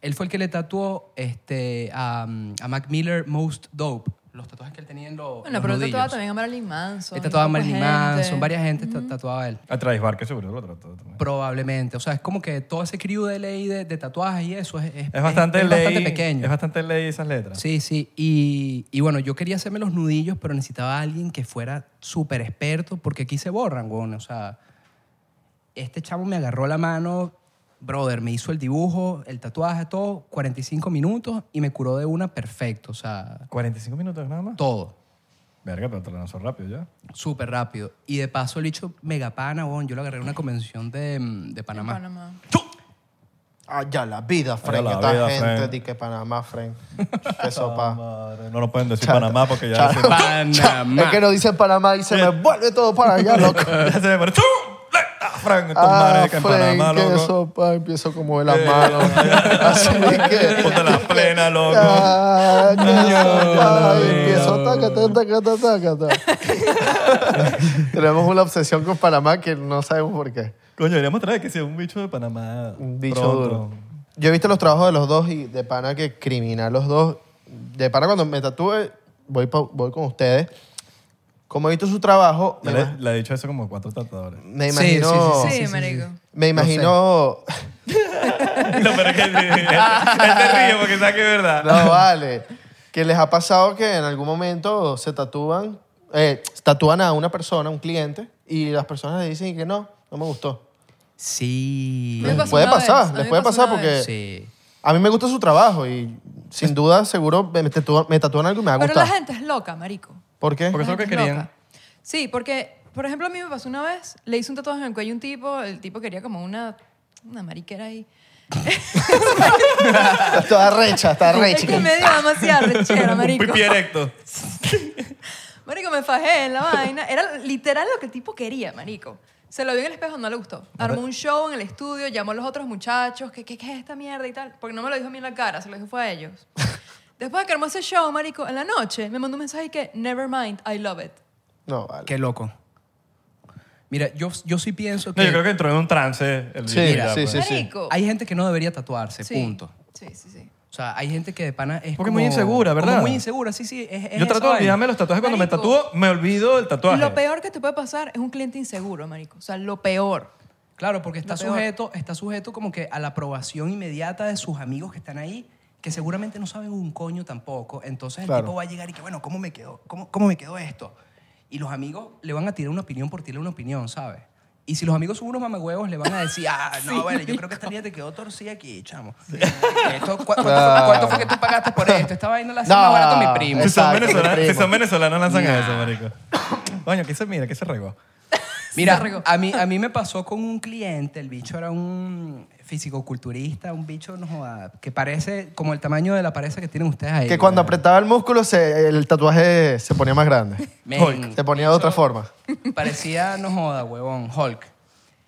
Él fue el que le tatuó este, a, a Mac Miller Most Dope. Los tatuajes que él tenía en los Bueno, los pero él nudillos. tatuaba también a Marilyn Manson. Él tatuaba a y poca Marilyn gente. Manson, varias gente ta- tatuaba a él. A Ah, Travis Barker seguro lo trató también. Probablemente. O sea, es como que todo ese crew de ley de, de tatuajes y eso es, es- Es bastante es ley. bastante pequeño. Es bastante ley esas letras. Sí, sí. Y, y bueno, yo quería hacerme los nudillos, pero necesitaba a alguien que fuera súper experto, porque aquí se borran, weón. O sea, este chavo me agarró la mano, brother, me hizo el dibujo, el tatuaje, todo, 45 minutos y me curó de una perfecto. O sea, 45 minutos nada más. todo. Verga, pero te lo lanzó rápido ya. Súper rápido. Y de paso, el bicho megapana, weón. Yo lo agarré en una convención de, mm, de Panamá. Panamá. Allá Ah, la vida, Fren. la Esta vida, gente Fren. di que Panamá, Fren. Qué sopa. Madre, no lo pueden decir Ah. Chao. Panamá porque ya Chao. se, Panamá. Es que no dicen Panamá y se me vuelve todo para allá, loco. ya se me pone. ¡Chu! ¡Le! ¡Ah, Frank, estos Ah, manes que en Fren, Panamá, qué loco. Eh. sopa. Empiezo como de las manos. Así que... Ponte las plenas, loco. Ah, qué sopa. Dios. Empiezo taca, taca, taca, taca, taca. Tenemos una obsesión con Panamá que no sabemos por qué. Coño, deberíamos traer que sea un bicho de Panamá. Un bicho pronto. duro. Yo he visto los trabajos de los dos y de pana que criminal los dos. De pana cuando me tatúe, voy, pa- voy con ustedes. Como he visto su trabajo, Ya me, Le, ima- le he dicho eso como a cuatro tatuadores. me Sí, sí, sí, imagino... Oh, sí, sí, sí, marico. Me No sé. imagino... No, pero es que él, te ríe porque sabe que es verdad. No, vale. Que les ha pasado que en algún momento se tatúan, eh, tatúan a una persona, un cliente, y las personas le dicen que no, no me gustó. Sí. Me pasó puede una vez, pasar, a mí les me puede pasó pasar una porque- vez. Sí. A mí me gusta su trabajo y sin duda seguro me tatúan, me tatúan algo y me va a Pero gustar. la gente es loca, marico. ¿Por qué? Porque eso es lo que Gente es querían. loca. Sí, porque, por ejemplo, a mí me pasó una vez, le hice un tatuaje en el cuello a un tipo, el tipo quería como una, una mariquera ahí. Está recha, está Es que recha. me dio demasiada rechera, Un marico. pipí erecto. Marico, me fajé en la vaina. Era literal lo que el tipo quería, marico. Se lo vio en el espejo, no le gustó. Armó un show en el estudio, llamó a los otros muchachos, que qué, qué es esta mierda y tal. Porque no me lo dijo a mí en la cara, se lo dijo fue a ellos. Después de que armó ese show, marico, en la noche me mandó un mensaje que, never mind, I love it. No, vale. Qué loco. Mira, yo, yo sí pienso que... No, yo creo que entró en un trance el Sí, día ya, sí, pues. sí, sí. Marico. Hay gente que no debería tatuarse, Sí. punto. Sí, sí, sí. O sea, hay gente que de pana es Porque es como- muy insegura, ¿verdad? como muy insegura, sí, sí. es- es Yo trato de esa vaina. olvidarme los tatuajes. Cuando me Marico. tatúo, me olvido del tatuaje. Lo peor que te puede pasar es un cliente inseguro, marico. O sea, lo peor. Claro, porque está Lo peor. sujeto, está sujeto como que a la aprobación inmediata de sus amigos que están ahí, que seguramente no saben un coño tampoco. Entonces el Claro. tipo va a llegar y que, bueno, ¿cómo me quedó, cómo, cómo me quedó esto? Y los amigos le van a tirar una opinión por tirarle una opinión, ¿sabes? Y si los amigos son unos mamagüevos, le van a decir, ah, no, bueno, yo creo que esta línea te quedó torcida aquí, chamo. Eh, Esto, ¿cu- cuánto, fue- Claro. cuánto fue que tú pagaste por esto? Esta vaina la hacía No. más barato mi primo. Si son, Exacto, venezolanos, primo. si son venezolanos, lanzan Nah. eso, marico. Coño, ¿qué se mira? ¿Qué se regó? Mira, regó. a mí, a mí me pasó con un cliente, el bicho era un fisicoculturista, un bicho no joda, que parece como el tamaño de la pareja que tienen ustedes ahí. Que cuando weón. apretaba el músculo se- el tatuaje se ponía más grande. Men, Hulk. Se ponía de otra bicho forma. Parecía no joda, huevón, Hulk.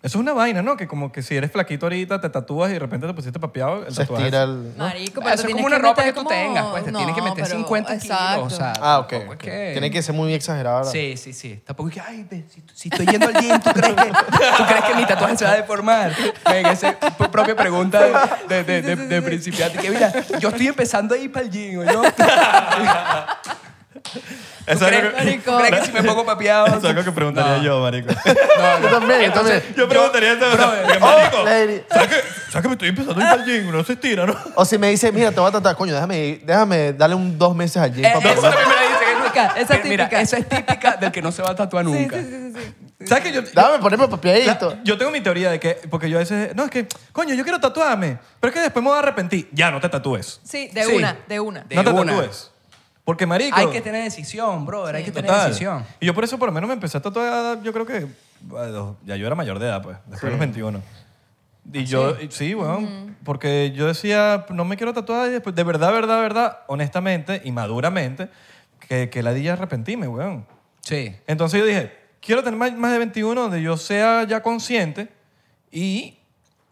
Eso es una vaina, ¿no? Que como que si eres flaquito ahorita, te tatúas y de repente te pusiste papeado, el Se tatuaje. estira el... ¿no? Marico, pero Eso te es tienes como una ropa meter que tú como- tengas, pues te No, tienes que meter pero- 50 exacto. kilos. O sea, Ah, ok. tampoco es ok. Tiene que ser muy exagerado. ahora. Sí, sí, sí. Tampoco es que, ay, ve, si, si estoy yendo al gym, ¿tú crees, que, ¿tú crees que mi tatuaje se va a deformar? Venga, esa es tu propia pregunta de, de, de, de- de principiante. Que mira, yo estoy empezando a ir para el gym, ¿no? ¿Tú Eso es crees, algo que, tú crees que si me pongo papiado? eso es algo que preguntaría No. yo, marico. No, Yo no. también, yo también. Oh, Yo preguntaría eso. brother, porque, marico, lady. ¿sabes que, ¿sabes que me estoy empezando a ir al gym? No se estira, ¿no? O si me dice, mira, te voy a tratar, coño, déjame, déjame darle un dos meses allí. Eh, Eso también me lo dice. típica, esa es Mira, típica. esa es típica del que no se va a tatuar Sí, nunca. sí, sí, sí, sí. ¿Sabes que yo, Dame, poneme papelito. La- yo tengo mi teoría de que, porque yo a veces, no, es que, coño, yo quiero tatuarme, pero es que después me voy a arrepentir. Ya, no te tatúes. Sí, de Sí. una, de una. De no te una. tatúes. Porque, marico, Hay que tener decisión, brother. Hay que tener total. decisión. Y yo por eso por lo menos me empecé a tatuar, yo creo que, a los- ya yo era mayor de edad, pues, después de los 21. Y yo, y- sí, weón, porque yo decía, no me quiero tatuar, y después, de verdad, verdad, verdad, honestamente y maduramente, que, que la día arrepentíme, weón. Sí. Entonces yo dije, quiero tener más, más de 21 donde yo sea ya consciente y,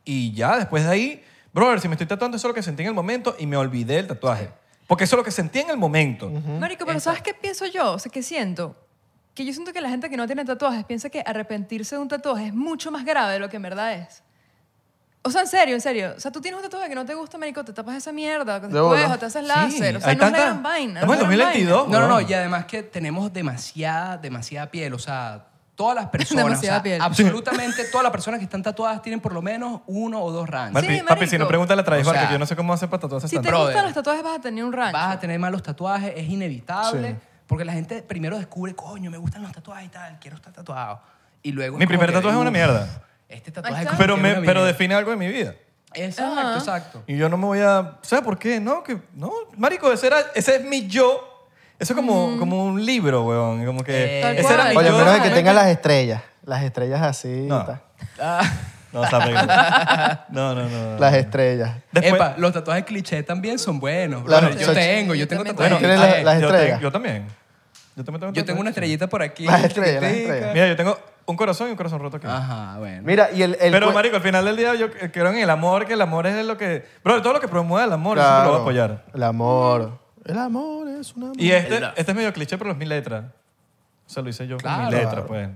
y ya después de ahí, brother, si me estoy tatuando eso es lo que sentí en el momento y me olvidé del tatuaje. Porque eso es lo que sentí en el momento. Marico, pero ¿sabes qué pienso yo? O sea, ¿qué siento? Que yo siento que la gente que no tiene tatuajes piensa que arrepentirse de un tatuaje es mucho más grave de lo que en verdad es. O sea, en serio, en serio. O sea, tú tienes un tatuaje que no te gusta, marico, te tapas esa mierda, después, bola. o te haces láser. Sí, o sea, hay no es la tanta- gran vaina. Estamos en no es la gran 2022. No, no, no. Weón. Y además que tenemos demasiada, demasiada piel. O sea, todas las personas. Demasiada o sea, piel. Absolutamente todas las personas que están tatuadas tienen por lo menos uno o dos ranchos. Papi, Sí, papi, si marico. no pregúntale a Travis O sea, Barker, que yo no sé cómo hace para tatuarse vaina. Si te tanto. gustan Brother. los tatuajes vas a tener un rancho. Vas a tener malos tatuajes, es inevitable. Sí. Porque la gente primero descubre, coño, me gustan los tatuajes y tal, quiero estar tatuado. Y luego. es Mi como primer que, tatuaje es una "Uf, mierda". Este tatuaje está. como Pero, que me, una pero mierda". define algo de mi vida. Exacto, Ajá. exacto. Y yo no me voy a... ¿Sabes por qué? No, que... No, marico, ese, era, ese es mi yo. Eso es como, como un libro, weón. Como que... Eh, Tal ese era mi Oye, a yo. menos de que tengas las estrellas. Las estrellas así. y No. tal. No, o sea, pero- no, no, no. no. Las estrellas. Después- Epa, los tatuajes cliché también son buenos. Las- brother. yo son- tengo, yo tengo también tatuajes. tengo. Tienes la- clichés. las Ah, yo, estrellas. yo también. Yo también tengo Yo tengo una estrellita por aquí. Las estrellas, las chiquitica. estrellas. Mira, yo tengo un corazón y un corazón roto aquí. Ajá, bueno. Mira, y el. el Pero, cue- marico, al final del día yo creo en el amor, que el amor es lo que... Bro, todo lo que promueve el amor, yo siempre Claro, lo voy a apoyar. El amor. El amor es un amor. Y este, este es medio cliché, pero es mi letra. O sea, lo hice yo con Claro. mi letra, pues.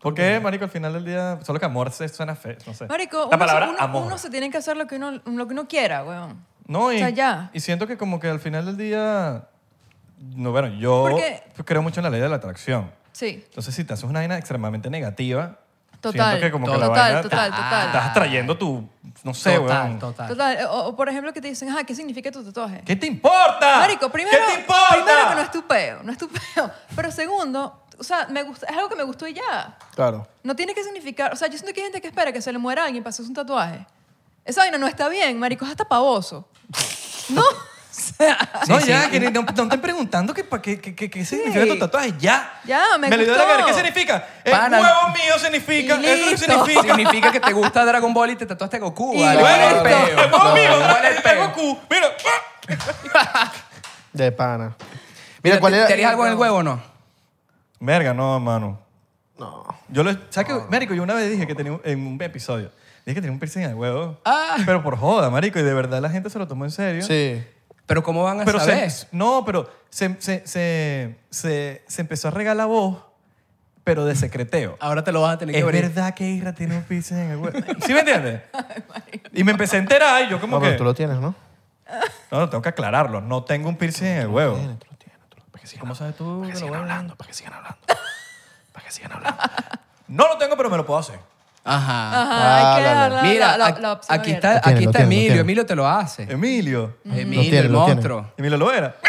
Porque, marico, al final del día... Solo que amor se suena feo, no sé. Marico, La uno, Pues, palabra uno- amor. uno se tiene que hacer lo que uno, lo que uno quiera, weón. No, y, O sea, ya. y siento que como que al final del día... No, bueno, yo Porque- creo mucho en la ley de la atracción. Sí. Entonces, si te haces una vaina extremadamente negativa, Total, siento que como que la total, vaina total, te- total. estás trayendo tu, no sé, total, weón. total. Total, o, o por ejemplo que te dicen, ajá, ¿qué significa tu tatuaje? ¿Qué te importa? Marico, primero, ¿Qué te importa? primero que no es tu peo, no es tu peo. Pero segundo, o sea, me gusta, es algo que me gustó y ya. Claro. No tiene que significar, o sea, yo siento que hay gente que espera que se le muera alguien para hacerse un tatuaje. Esa vaina no está bien, marico, es hasta pavoso. No, o sea, No, Sí, ya, sí. que no, no estén preguntando qué que, que, que, que significa Sí. tu tatuaje. Ya. Ya, me le dio gustó. la cara. ¿Qué significa? El Pana. huevo mío significa. Y Eso listo. significa. Significa que te gusta Dragon Ball y te tatuaste Goku. Y ¿vale? listo. ¿Cuál es el Bueno, peo? el huevo mío. ¿Cuál es el Dragon peo? Goku. Mira. ah. De pana. Mira, Mira, ¿cuál ¿te- era? ¿Te harías algo en el huevo o no? Verga, no, hermano. No. Yo lo, ¿Sabes qué? Marico, yo una vez dije que tenía un, en un episodio. Dije que tenía un piercing en el huevo. Ah. Pero por joda, marico. Y de verdad la gente se lo tomó en serio. Sí. Pero ¿cómo Ah, van a Pero saber? se, no, pero se, se, se, se, se empezó a regalar voz, pero de secreteo. Ah, Ahora te lo vas a tener que Es abrir. verdad que Isra tiene un piercing en el huevo. ¿Sí me entiendes? Y me empecé a enterar y yo como No, que... pero tú lo tienes, ¿no? No, no, tengo que aclararlo. No tengo un piercing en el huevo. tú lo tienes. Tú lo... Para que sigan, ¿Cómo sabes tú? que lo huevo? para que sigan hablando. Para que sigan hablando. No lo tengo, pero me lo puedo hacer. Ajá. ajá, hay Válale. que dejar la, Mira, la- la- ac- la opción aquí abierta. está, Ah, Lo tiene, aquí lo está tiene, lo Emilio. tiene. Emilio te lo hace. Emilio. Mm. Emilio, tiene, el lo tiene. monstruo. Emilio lo era.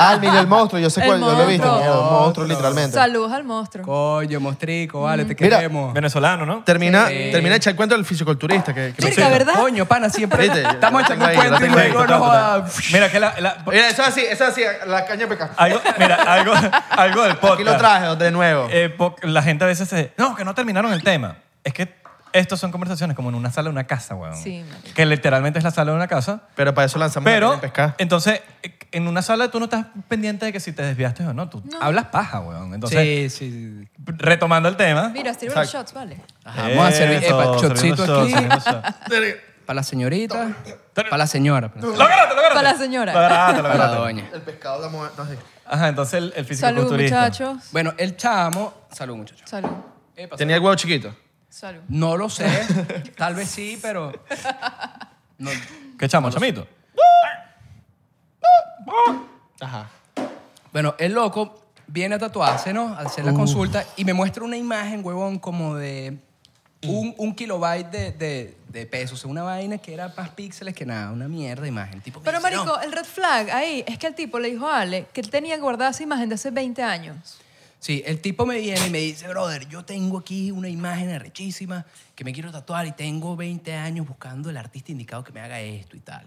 Ah, el Miguel Monstruo, yo sé El cuál, yo lo he visto. monstruo. Mierda, un monstruo, literalmente. Saludos al monstruo. Coño, mostrico, vale, te Mira, queremos. Venezolano, ¿no? Termina, termina de echar el cuento del fisiculturista. Que, que- Chica, ¿verdad? Coño, pana, siempre Viste, yo- estamos yo echando tengo ahí, un cuento yo y tengo ahí, luego total, nos total. va- Mira, que la... la- Mira, eso es así, eso es así, la caña de pescar. algo, mira, algo, algo del Ah, podcast. Aquí lo traje de nuevo. Eh, po- la gente a veces se... No, que no terminaron el tema. Es que estas son conversaciones como en una sala de una casa, weón. Sí, marico. Que literalmente es la sala de una casa. Pero para eso lanzamos la Pero, caña de pescar. entonces, eh, en una sala tú no estás pendiente de que si te desviaste o no. Tú hablas paja, weón. Entonces, Sí, sí, sí. retomando el tema. Mira, sirve los shots, vale. Ajá, vamos a servir. Eso, Epa, servimos chocito shot, aquí. servimos shot. Para la señorita. Para la señora. pa' la- ¡Lo agarraste, lo agarraste! Para la señora. Lo agarraste, lo pa' la agarraste. doña. El pescado la mueve. No sé. Ajá, entonces el, el Salud, fisiculturista. muchachos. Bueno, el chamo. Salud, muchachos. Salud. Tenía el huevo chiquito. Salud. No lo sé. Tal vez sí, pero. No. ¿Qué chamo, chamito? Ajá. Bueno, el loco viene a tatuarse, ¿no? A hacer la consulta y me muestra una imagen, huevón, como de un, un kilobyte de, de, de pesos. Una vaina que era más píxeles que nada. Una mierda de imagen. Tipo, me Pero, dice, no. marico, el red flag ahí es que el tipo le dijo a Ale que él tenía guardada esa imagen de hace 20 años. Sí, el tipo me viene y me dice, brother, yo tengo aquí una imagen arrechísima que me quiero tatuar y tengo 20 años buscando el artista indicado que me haga esto y tal.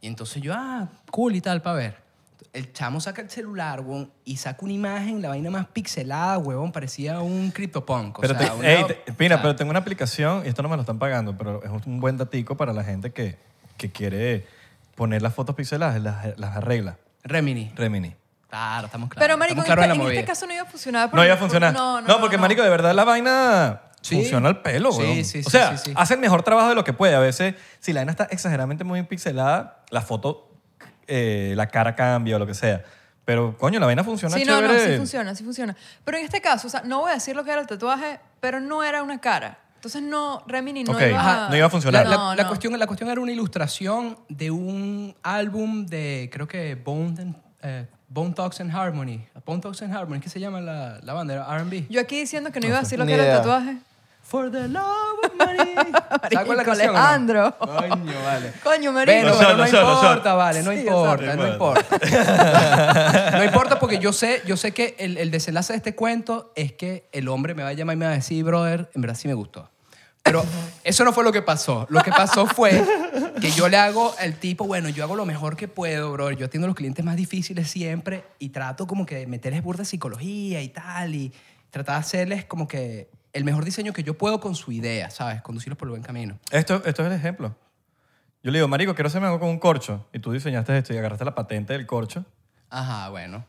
Y entonces yo, ah, cool y tal, para ver. El chamo saca el celular, weón, y saca una imagen, la vaina más pixelada, huevón, parecía un CryptoPunk. O Pero sea, te- una- ey, te- mira, o sea, pero tengo una aplicación, y esto no me lo están pagando, pero es un buen datico para la gente que, que quiere poner las fotos pixeladas, las, las arregla. Remini. Remini. Claro, estamos claros. Pero, marico, estamos claros en, la este, en este movida. caso no iba a funcionar. No iba a porque- funcionar. No, No, no, porque, no. marico, de verdad la vaina Sí. funciona al pelo, Sí, weón. sí, sí, O sea, sí, sí. hacen mejor trabajo de lo que puede. A veces, si la vaina está exageradamente muy pixelada, la foto, eh, la cara cambia o lo que sea. Pero, coño, la vaina funciona Sí, no, chévere. no, sí funciona, sí funciona. Pero en este caso, o sea, no voy a decir lo que era el tatuaje, pero no era una cara. Entonces, no, Remini no Ok, iba Ah, ajá, no iba a funcionar. No, La, la- la no. cuestión, la cuestión era una ilustración de un álbum de, creo que Bone, and- eh, Bone Talks and Harmony. Bone Talks and Harmony, ¿qué se llama la, la banda? Era RB. Yo aquí diciendo que no iba a decir lo Ni que era el idea. tatuaje. For the love of money. ¿Sabes cuál es la Marico, canción? o no? Alejandro. Coño, vale. Bueno, Coño, marico. No pero son, no no son, no son. importa, vale, no Sí, importa, exacto. no importa. No importa porque yo sé, yo sé que el, el desenlace de este cuento es que el hombre me va a llamar y me va a decir, brother, en verdad sí me gustó. Pero eso no fue lo que pasó. Lo que pasó fue que yo le hago al tipo, bueno, yo hago lo mejor que puedo, brother. Yo atiendo a los clientes más difíciles siempre y trato como que de meterles burda de psicología y tal y tratar de hacerles como que el mejor diseño que yo puedo con su idea, ¿sabes? Conducirlos por el buen camino. Esto, esto es el ejemplo. Yo le digo, marico, quiero hacerme algo con un corcho. Y tú diseñaste esto y agarraste la patente del corcho. Ajá, bueno.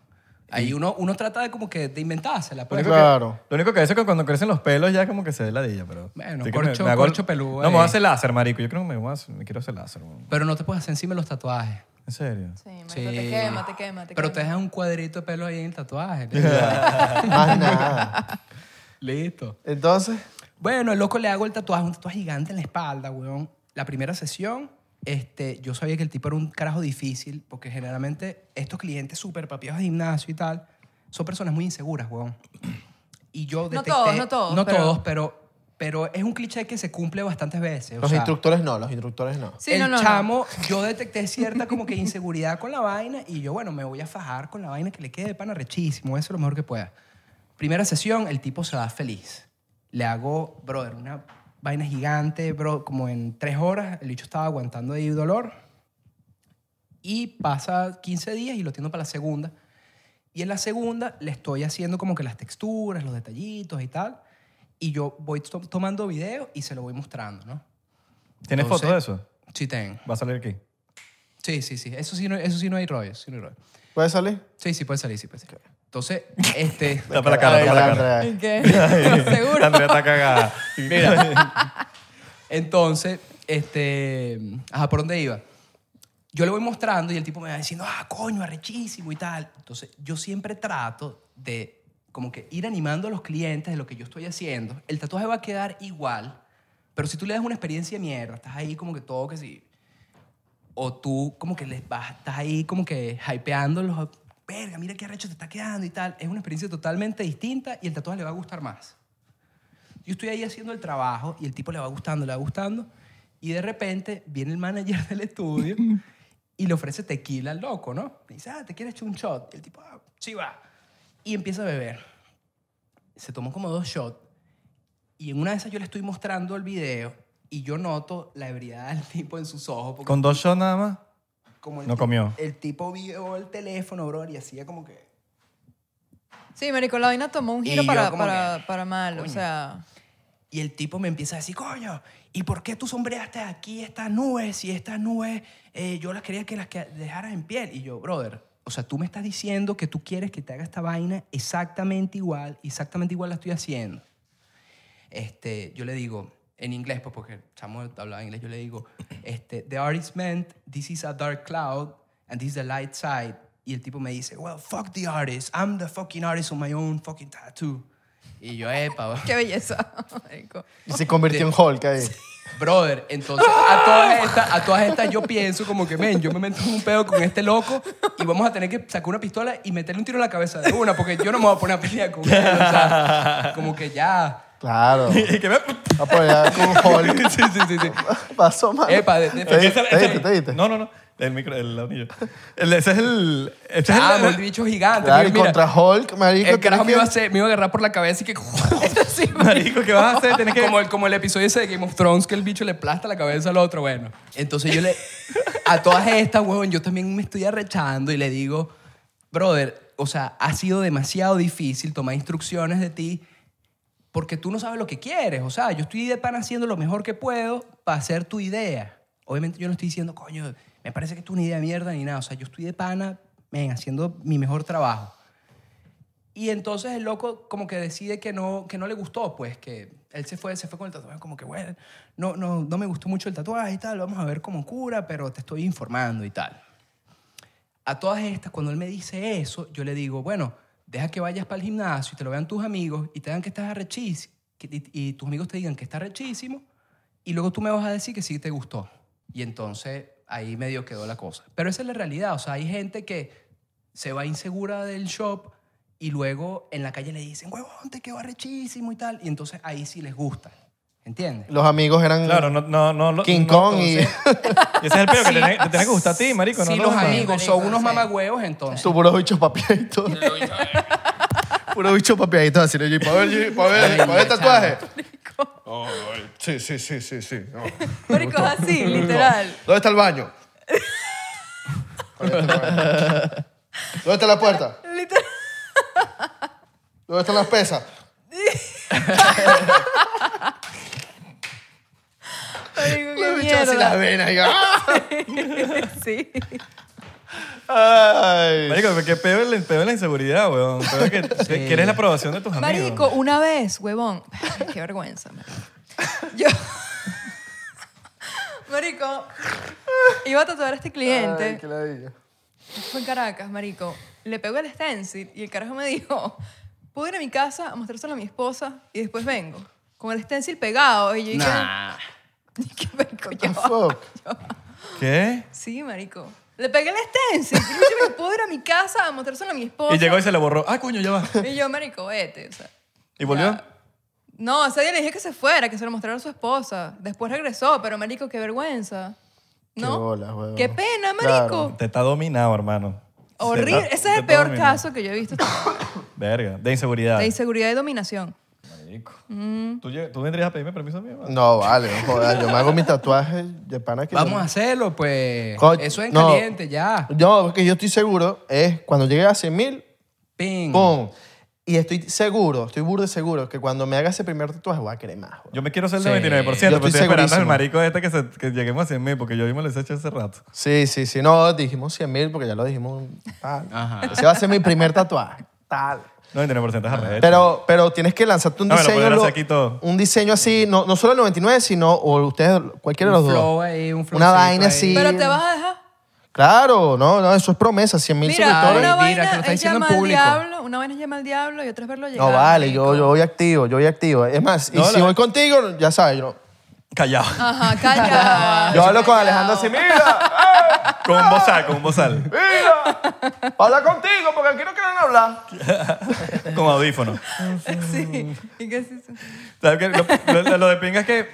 Ahí uno, uno trata de como que de inventársela. pues. Lo único Claro. Que, lo único que hace es que cuando crecen los pelos ya como que se ve la dilla, pero... Bueno, Así que corcho- corcho peludo No, ahí. me voy a hacer láser, marico. Yo creo que me, voy a hacer- me quiero hacer láser, weón. Pero no te puedes hacer encima los tatuajes. En serio. Sí, marico, te quema, te quema, te Pero te quema. dejas un cuadrito de pelo ahí en el tatuaje. Más nada. Listo. Entonces, Bueno, el loco le hago el tatuaje, un tatuaje gigante en la espalda, weón. La primera sesión, este, yo sabía que el tipo era un carajo difícil, porque generalmente estos clientes súper papiados de gimnasio y tal, son personas muy inseguras, weón. Y yo detecté... todos, no todos, No pero- todos, pero, pero es un cliché que se cumple bastantes veces. o los sea, instructores no, los instructores no. Sí, el no, no, no. chamo, yo detecté cierta como que inseguridad con la vaina y yo, bueno, me voy a fajar con la vaina que le quede de pana rechísimo, eso es lo mejor que pueda. Primera sesión, el tipo se va feliz. Le hago, brother, una vaina gigante, bro, como en tres horas, el bicho estaba aguantando ahí dolor y pasa 15 días y lo tiendo para la segunda. Y en la segunda le estoy haciendo como que las texturas, los detallitos y tal. Y yo voy to- tomando videos y se lo voy mostrando, ¿no? ¿Tienes Entonces- fotos de eso? Sí, tengo. Va a salir aquí. Sí, sí, sí. Eso sí no, eso sí no hay rollo. Sí, no hay rollo. ¿Puede salir? sí, sí puede salir, sí puede salir. Entonces, este... Está para la cara, está para la cara. ¿Y qué? Seguro. Andrea está cagada. Entonces, este... Ajá, ¿por dónde iba? Yo le voy mostrando y el tipo me va diciendo, ah, coño, arrechísimo y tal. Entonces, yo siempre trato de como que ir animando a los clientes de lo que yo estoy haciendo. El tatuaje va a quedar igual, pero si tú le das una experiencia de mierda, estás ahí como que todo que sí... o tú como que les vas, estás ahí como que hypeándolos, verga, mira qué arrecho te está quedando y tal. Es una experiencia totalmente distinta y el tatuaje le va a gustar más. Yo estoy ahí haciendo el trabajo y el tipo le va gustando, le va gustando y de repente viene el manager del estudio y le ofrece tequila al loco, ¿no? Le dice, ah, ¿te quieres echar un shot? Y el tipo, ah, sí va. Y empieza a beber. Se tomó como dos shots y en una de esas yo le estoy mostrando el video y yo noto la ebriedad del tipo en sus ojos. porque- Con dos shots nada más. como el No ti- comió. El tipo vio el teléfono, bro, y hacía como que... Sí, marico, la vaina tomó un Y giro yo para, como para, que, para mal, o coño. sea... Y el tipo me empieza a decir, coño, ¿y por qué tú sombreaste aquí estas nubes? Y estas nubes eh, yo las quería que las que dejaras en piel. Y yo, brother, o sea, tú me estás diciendo que tú quieres que te haga esta vaina exactamente igual, exactamente igual la estoy haciendo. Este, yo le digo, en inglés, pues porque el chamo hablaba inglés, yo le digo, este, the artist meant this is a dark cloud and this is the light side. Y el tipo me dice, well, fuck the artist, I'm the fucking artist on my own fucking tattoo. Y yo, epa, Qué belleza, marico. Y se convirtió en Hulk ahí. Brother, entonces a todas, estas, a todas estas yo pienso como que, men, yo me meto en un pedo con este loco y vamos a tener que sacar una pistola y meterle un tiro en la cabeza de una porque yo no me voy a poner a pelear con él. O sea, como que ya. Claro. Y que me... Va a poner con Hulk. sí, sí, sí. sí. Pasó mal. Epa, de- de- ¿Te, Ese- diste, ese- te diste, te diste. No, no, no. El micro, el anillo. El- ese es el. Ese es Ah, el- el bicho gigante. Claro, y mira, contra Hulk, marico. el tienes carajo me iba, que- a hacer- me iba a agarrar por la cabeza y que... Sí, Marico, ¿qué vas a hacer? Tienes que. Como el, como el episodio ese de Game of Thrones que el bicho le plasta la cabeza al otro, bueno. Entonces yo le... A todas estas, huevón, yo también me estoy arrechando y le digo, brother, o sea, ha sido demasiado difícil tomar instrucciones de ti porque tú no sabes lo que quieres. O sea, yo estoy de pan haciendo lo mejor que puedo para hacer tu idea. Obviamente yo no estoy diciendo, coño, me parece que esto es una idea de mierda ni nada. O sea, yo estoy de pana, men, haciendo mi mejor trabajo. Y entonces el loco como que decide que no, que no le gustó, pues, que él se fue, se fue con el tatuaje como que, bueno, no, no, no me gustó mucho el tatuaje y tal, vamos a ver cómo cura, pero te estoy informando y tal. A todas estas, cuando él me dice eso, yo le digo, bueno, deja que vayas para el gimnasio y te lo vean tus amigos y te digan que estás arrechísimo, y, y tus amigos te digan que está arrechísimo, y luego tú me vas a decir que sí te gustó. Y entonces ahí medio quedó la cosa. Pero esa es la realidad, o sea, hay gente que se va insegura del shop y luego en la calle le dicen, huevón, te quedó arrechísimo y tal, y entonces ahí sí les gusta, ¿entiendes? Los amigos eran Claro, no, no, no. no- King no, Kong entonces- Y ese es el pelo que tiene- te tiene que gustar a ti, marico. Si no los demás. amigos son Marico, unos sí. mamagüeos, entonces... y tú puros bichos papiaditos. puros bichos papiaditos así. ¿no? Y para ver, para ver, para ver el tatuaje. Oh, Sí, sí, sí, sí, sí. No. Marico, es así, literal. ¿Dónde está el baño? ¿Dónde está el baño? ¿Dónde está la puerta? Literal. ¿Dónde están las pesas? Marico, qué Los bichos así las mierda. venas. y- ¡ah! Sí. Ay. Marico, qué peor el peor la inseguridad, weón. Peor que que quieres la aprobación de tus amigos. Marico, una vez, huevón. Qué vergüenza, marico. Yo. Marico, iba a tatuar a este cliente. Ay, qué ladilla. Fue en Caracas, marico. Le pegó el stencil y el carajo me dijo, ¿puedo ir a mi casa a mostrárselo a mi esposa y después vengo? Con el stencil pegado. Y yo dije, Nah. ¿qué marico The yo? fuck? ¿Qué? Sí, marico. Le pegué el stencil. Y yo dije, ¿puedo ir a mi casa a mostrárselo a mi esposa? Y llegó y se le borró. Ah, coño, ya va. Y yo, marico, vete. O sea, ¿Y volvió? no, ese día le dije que se fuera, que se lo mostraron a su esposa. Después regresó, pero marico, qué vergüenza. ¿No? Qué bolas, huevón. Qué pena, marico. Claro. Te está dominado, hermano. Horrible. Te está- Ese es te el está peor dominado. caso que yo he visto. Verga, de inseguridad. De Mm. inseguridad y dominación. Marico. ¿Tú, lle- tú vendrías a pedirme permiso a mí? weón? No, vale, no jodas. Yo me hago mi tatuaje de pana que. Vamos a hacerlo, pues. Coño, Eso es en no. caliente, ya. No, porque yo estoy seguro es cuando llegue a 100 mil, Ping. ¡pum! Y estoy seguro, estoy burde seguro que cuando me haga ese primer tatuaje voy a querer más. güey. Yo me quiero hacer el Sí. de 29%, pero Yo estoy, estoy esperando al segurísimo. marico este que, se- que lleguemos a 100 mil, porque yo mismo les he hecho hace rato. Sí, sí, sí. No, dijimos 100 mil porque ya lo dijimos. Tal. Ajá. Ese va a ser mi primer tatuaje. Tal. 99% es arrecho. Pero, pero tienes que lanzarte un No, me lo diseño. podrían lo- hacer aquí todo. Un diseño así, no, no solo el 99, sino o ustedes, cualquiera de los Un flow dos. ahí, un Una vaina flowcito así. ahí. Pero te vas a dejar. Claro, no, no, eso es promesa. 100 mil Mira, suscriptores. Mira, una vaina que lo está es diciendo en llama al público. diablo, una vaina es llama al diablo y otra es verlo llegar. No vale, yo, marico. yo voy activo, yo voy activo. Es más, y No, si la- voy contigo, ya sabes, yo, Callado. Ajá, calla. yo hablo con Alejandro así, mira, Con un bozal, con un bozal. mira, habla contigo porque aquí no quieren hablar. con audífono. Sí. ¿Y qué es eso? ¿Sabes qué? Lo, lo- lo de pinga es que.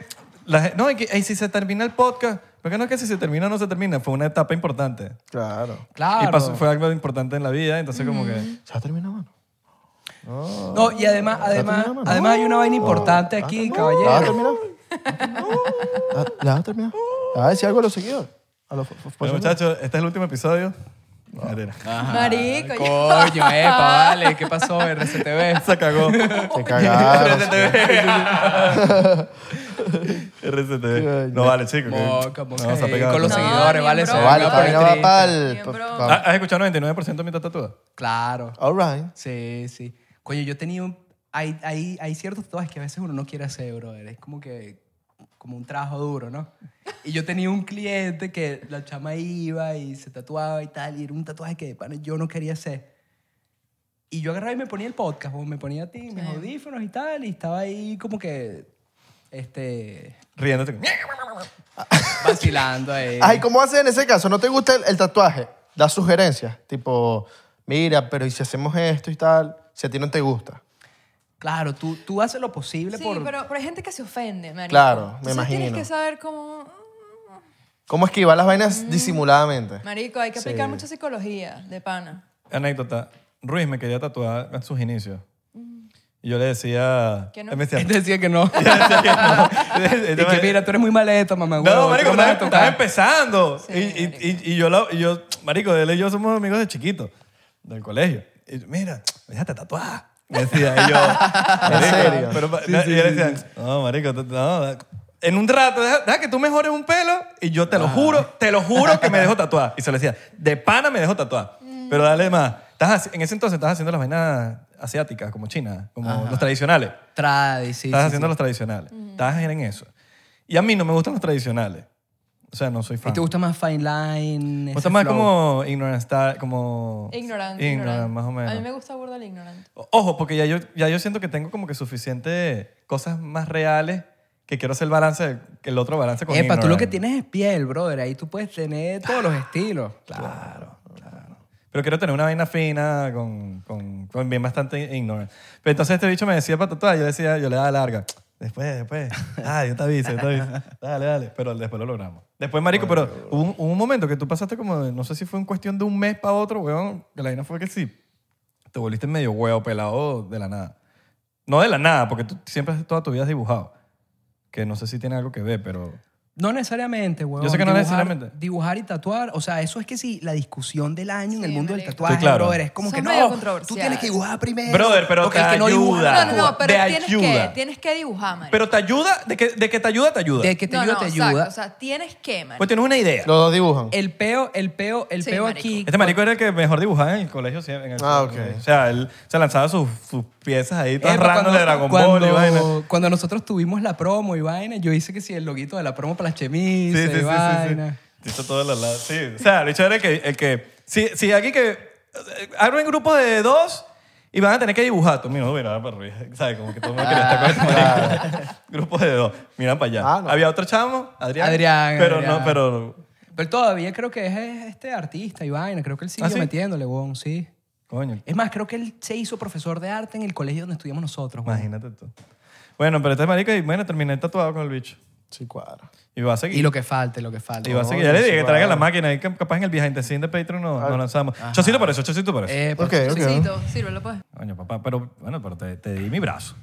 la gen- no, y que, y si se termina el podcast. Porque no es que si se termina o no se termina, fue una etapa importante. Claro. Claro. Y pasó- fue algo importante en la vida, entonces, como que. ¿Se ha terminado, mano? No, y además, además, terminado, mano? Ah, además hay una vaina importante aquí, caballero. Ah, ¿La has terminado? Ah, ¿La- ¿La has terminado? ¿La vas a decir algo a los seguidores? A los Bueno, muchachos, este es el último episodio. Mentira. Ah. Marico. yo- Coño, epa, vale. ¿Qué pasó, RCTV? Se cagó. Te cagaron. RCTV. No vale, chicos. que- Moca, moca. No, se ha pegado. Con los No, seguidores, ni vale. en Se broma. van Vale, a también Venga, poner va triste. para Bien, bro. Ah, ¿Has escuchado 99% de mi tatuaje? Claro. All right. Sí, sí. Coño, yo he tenido... Hay, hay, hay ciertos tatuajes que a veces uno no quiere hacer, brother. Es como que... Como un trabajo duro, ¿no? Y yo tenía un cliente que la chama iba y se tatuaba y tal. Y era un tatuaje que de pana yo no quería hacer. Y yo agarraba y me ponía el podcast. O me ponía a ti, mis audífonos y tal. Y estaba ahí como que... Este... Riéndote. Vacilando ahí. Ay, ¿cómo haces en ese caso? ¿No te gusta el, el tatuaje? Da sugerencias, tipo, mira, pero ¿y si hacemos esto y tal? Si a ti no te gusta. Claro, tú, tú haces lo posible Sí, por... pero, pero hay gente que se ofende, marico. Claro, me Entonces imagino. tienes que saber cómo... ¿Cómo esquivar las vainas disimuladamente? Marico, hay que aplicar mucha psicología de pana. Anécdota. Ruiz me quería tatuar en sus inicios. Y yo le decía... Mm. ¿Que no? Él me decía, Él decía que no. Él y que me- mira, tú eres muy maleta, mamá. No, huevo, marico, tú me vas a estás, estás tocar". empezando. Sí, y, y- y- y yo, la- y yo, marico, él y yo somos amigos de chiquito, del colegio. Y yo, mira, déjate tatuar. Me decía, y yo... "Marico, serio? Pero, pa- y yo le decía, no, marico, tú- no, da- en un rato, deja, deja que tú mejores un pelo y yo Ah. te lo juro, te lo juro que me dejo tatuar. Y se le decía, de pana me dejo tatuar. Pero dale más. Estás, haci- en ese entonces estás haciendo las vainas asiáticas, como China, como los tradicionales. Trae, sí, Estás sí, haciendo sí. los tradicionales. Estás en eso. Y a mí no me gustan los tradicionales. O sea, no soy fan. ¿Y te gusta más Fine Line? Me ese gusta más flow? como ignorant style, como... Ignorante. Ignorant, más o A mí me menos. gusta burda el ignorante. O- Ojo, porque ya yo, ya yo siento que tengo como que suficiente cosas más reales que quiero hacer balance, del- que el otro balance con Epa, tú lo que ignorant. tienes es piel, brother. Ahí tú puedes tener todos los estilos. Claro, claro. Pero quiero tener una vaina fina con, con, con bien bastante ignorant. Pero entonces este bicho me decía para tatuar, yo decía, yo le daba larga. Después, después. Ah, yo te aviso, yo te aviso. Dale, dale. Pero después lo logramos. Después, marico, pero hubo un, hubo un momento que tú pasaste como, de- no sé si fue en cuestión de un mes para otro, weón, que la vaina fue que sí, te volviste medio huevo pelado de la nada. No de la nada, porque tú siempre has- toda tu vida has dibujado. Que no sé si tiene algo que ver, pero... No necesariamente, weón. Yo sé que no Dibujar- necesariamente. Dibujar y tatuar, o sea, eso es que sí, la discusión del año en Sí, el mundo del marico. tatuaje, Estoy claro. brother, es como Son que medio no, tú controversiales. tienes que dibujar primero. Brother, pero porque el te que no ayuda. dibuja, No, no, no, pero De tienes ayuda. que, tienes que dibujar, marico. Pero te ayuda, de que, de que te ayuda, te ayuda. de que te No, ayuda, no, te exacto, ayuda. O sea, tienes que, marico. Pues tienes una idea. Los dos dibujan. el peo, el peo, el Sí, peo marico. aquí. Este marico era el que mejor dibujaba en el colegio. siempre, en el- Ah, ok. O sea, él se lanzaba sus, sus piezas ahí, todas Epa, random de Dragon Ball y cuando- vaina. Cuando nosotros tuvimos la promo y vaina, yo hice que sí, el loguito de la promo para las chemisas y vaina. sí. Hizo todos los lados. Sí, o sea, el bicho era el que... El que si, si aquí que... Abro en grupo de dos y van a tener que dibujar. Tú mira, mira para arriba. ¿Sabes? Como que todo el mundo quería estar con este marico. Grupo de dos. Miran para allá. Ah, no. Había otro chamo, Adrián. Adrián, Pero Adrián. no, pero... Pero todavía creo que es este artista y vaina, creo que él sigue ¿Ah, sí? metiéndole, weón, sí. Coño, Es más, creo que él se hizo profesor de arte en el colegio donde estudiamos nosotros. weón. imagínate tú. Bueno, pero este marico... Y bueno, terminé tatuado con el bicho. Sí, cuadra. Y va a seguir. Y lo que falte, lo que falte. Y va a seguir. No, Ya le no dije se que traiga va. la máquina. ahí que capaz en el behind the scenes de Patreon nos, nos lanzamos. Chocito por eso, chocito por eso. Ah. Eh, pues, Ok, ok. Chocito, sírvelo, pues. Coño, papá, pero bueno, pero te, te di mi brazo.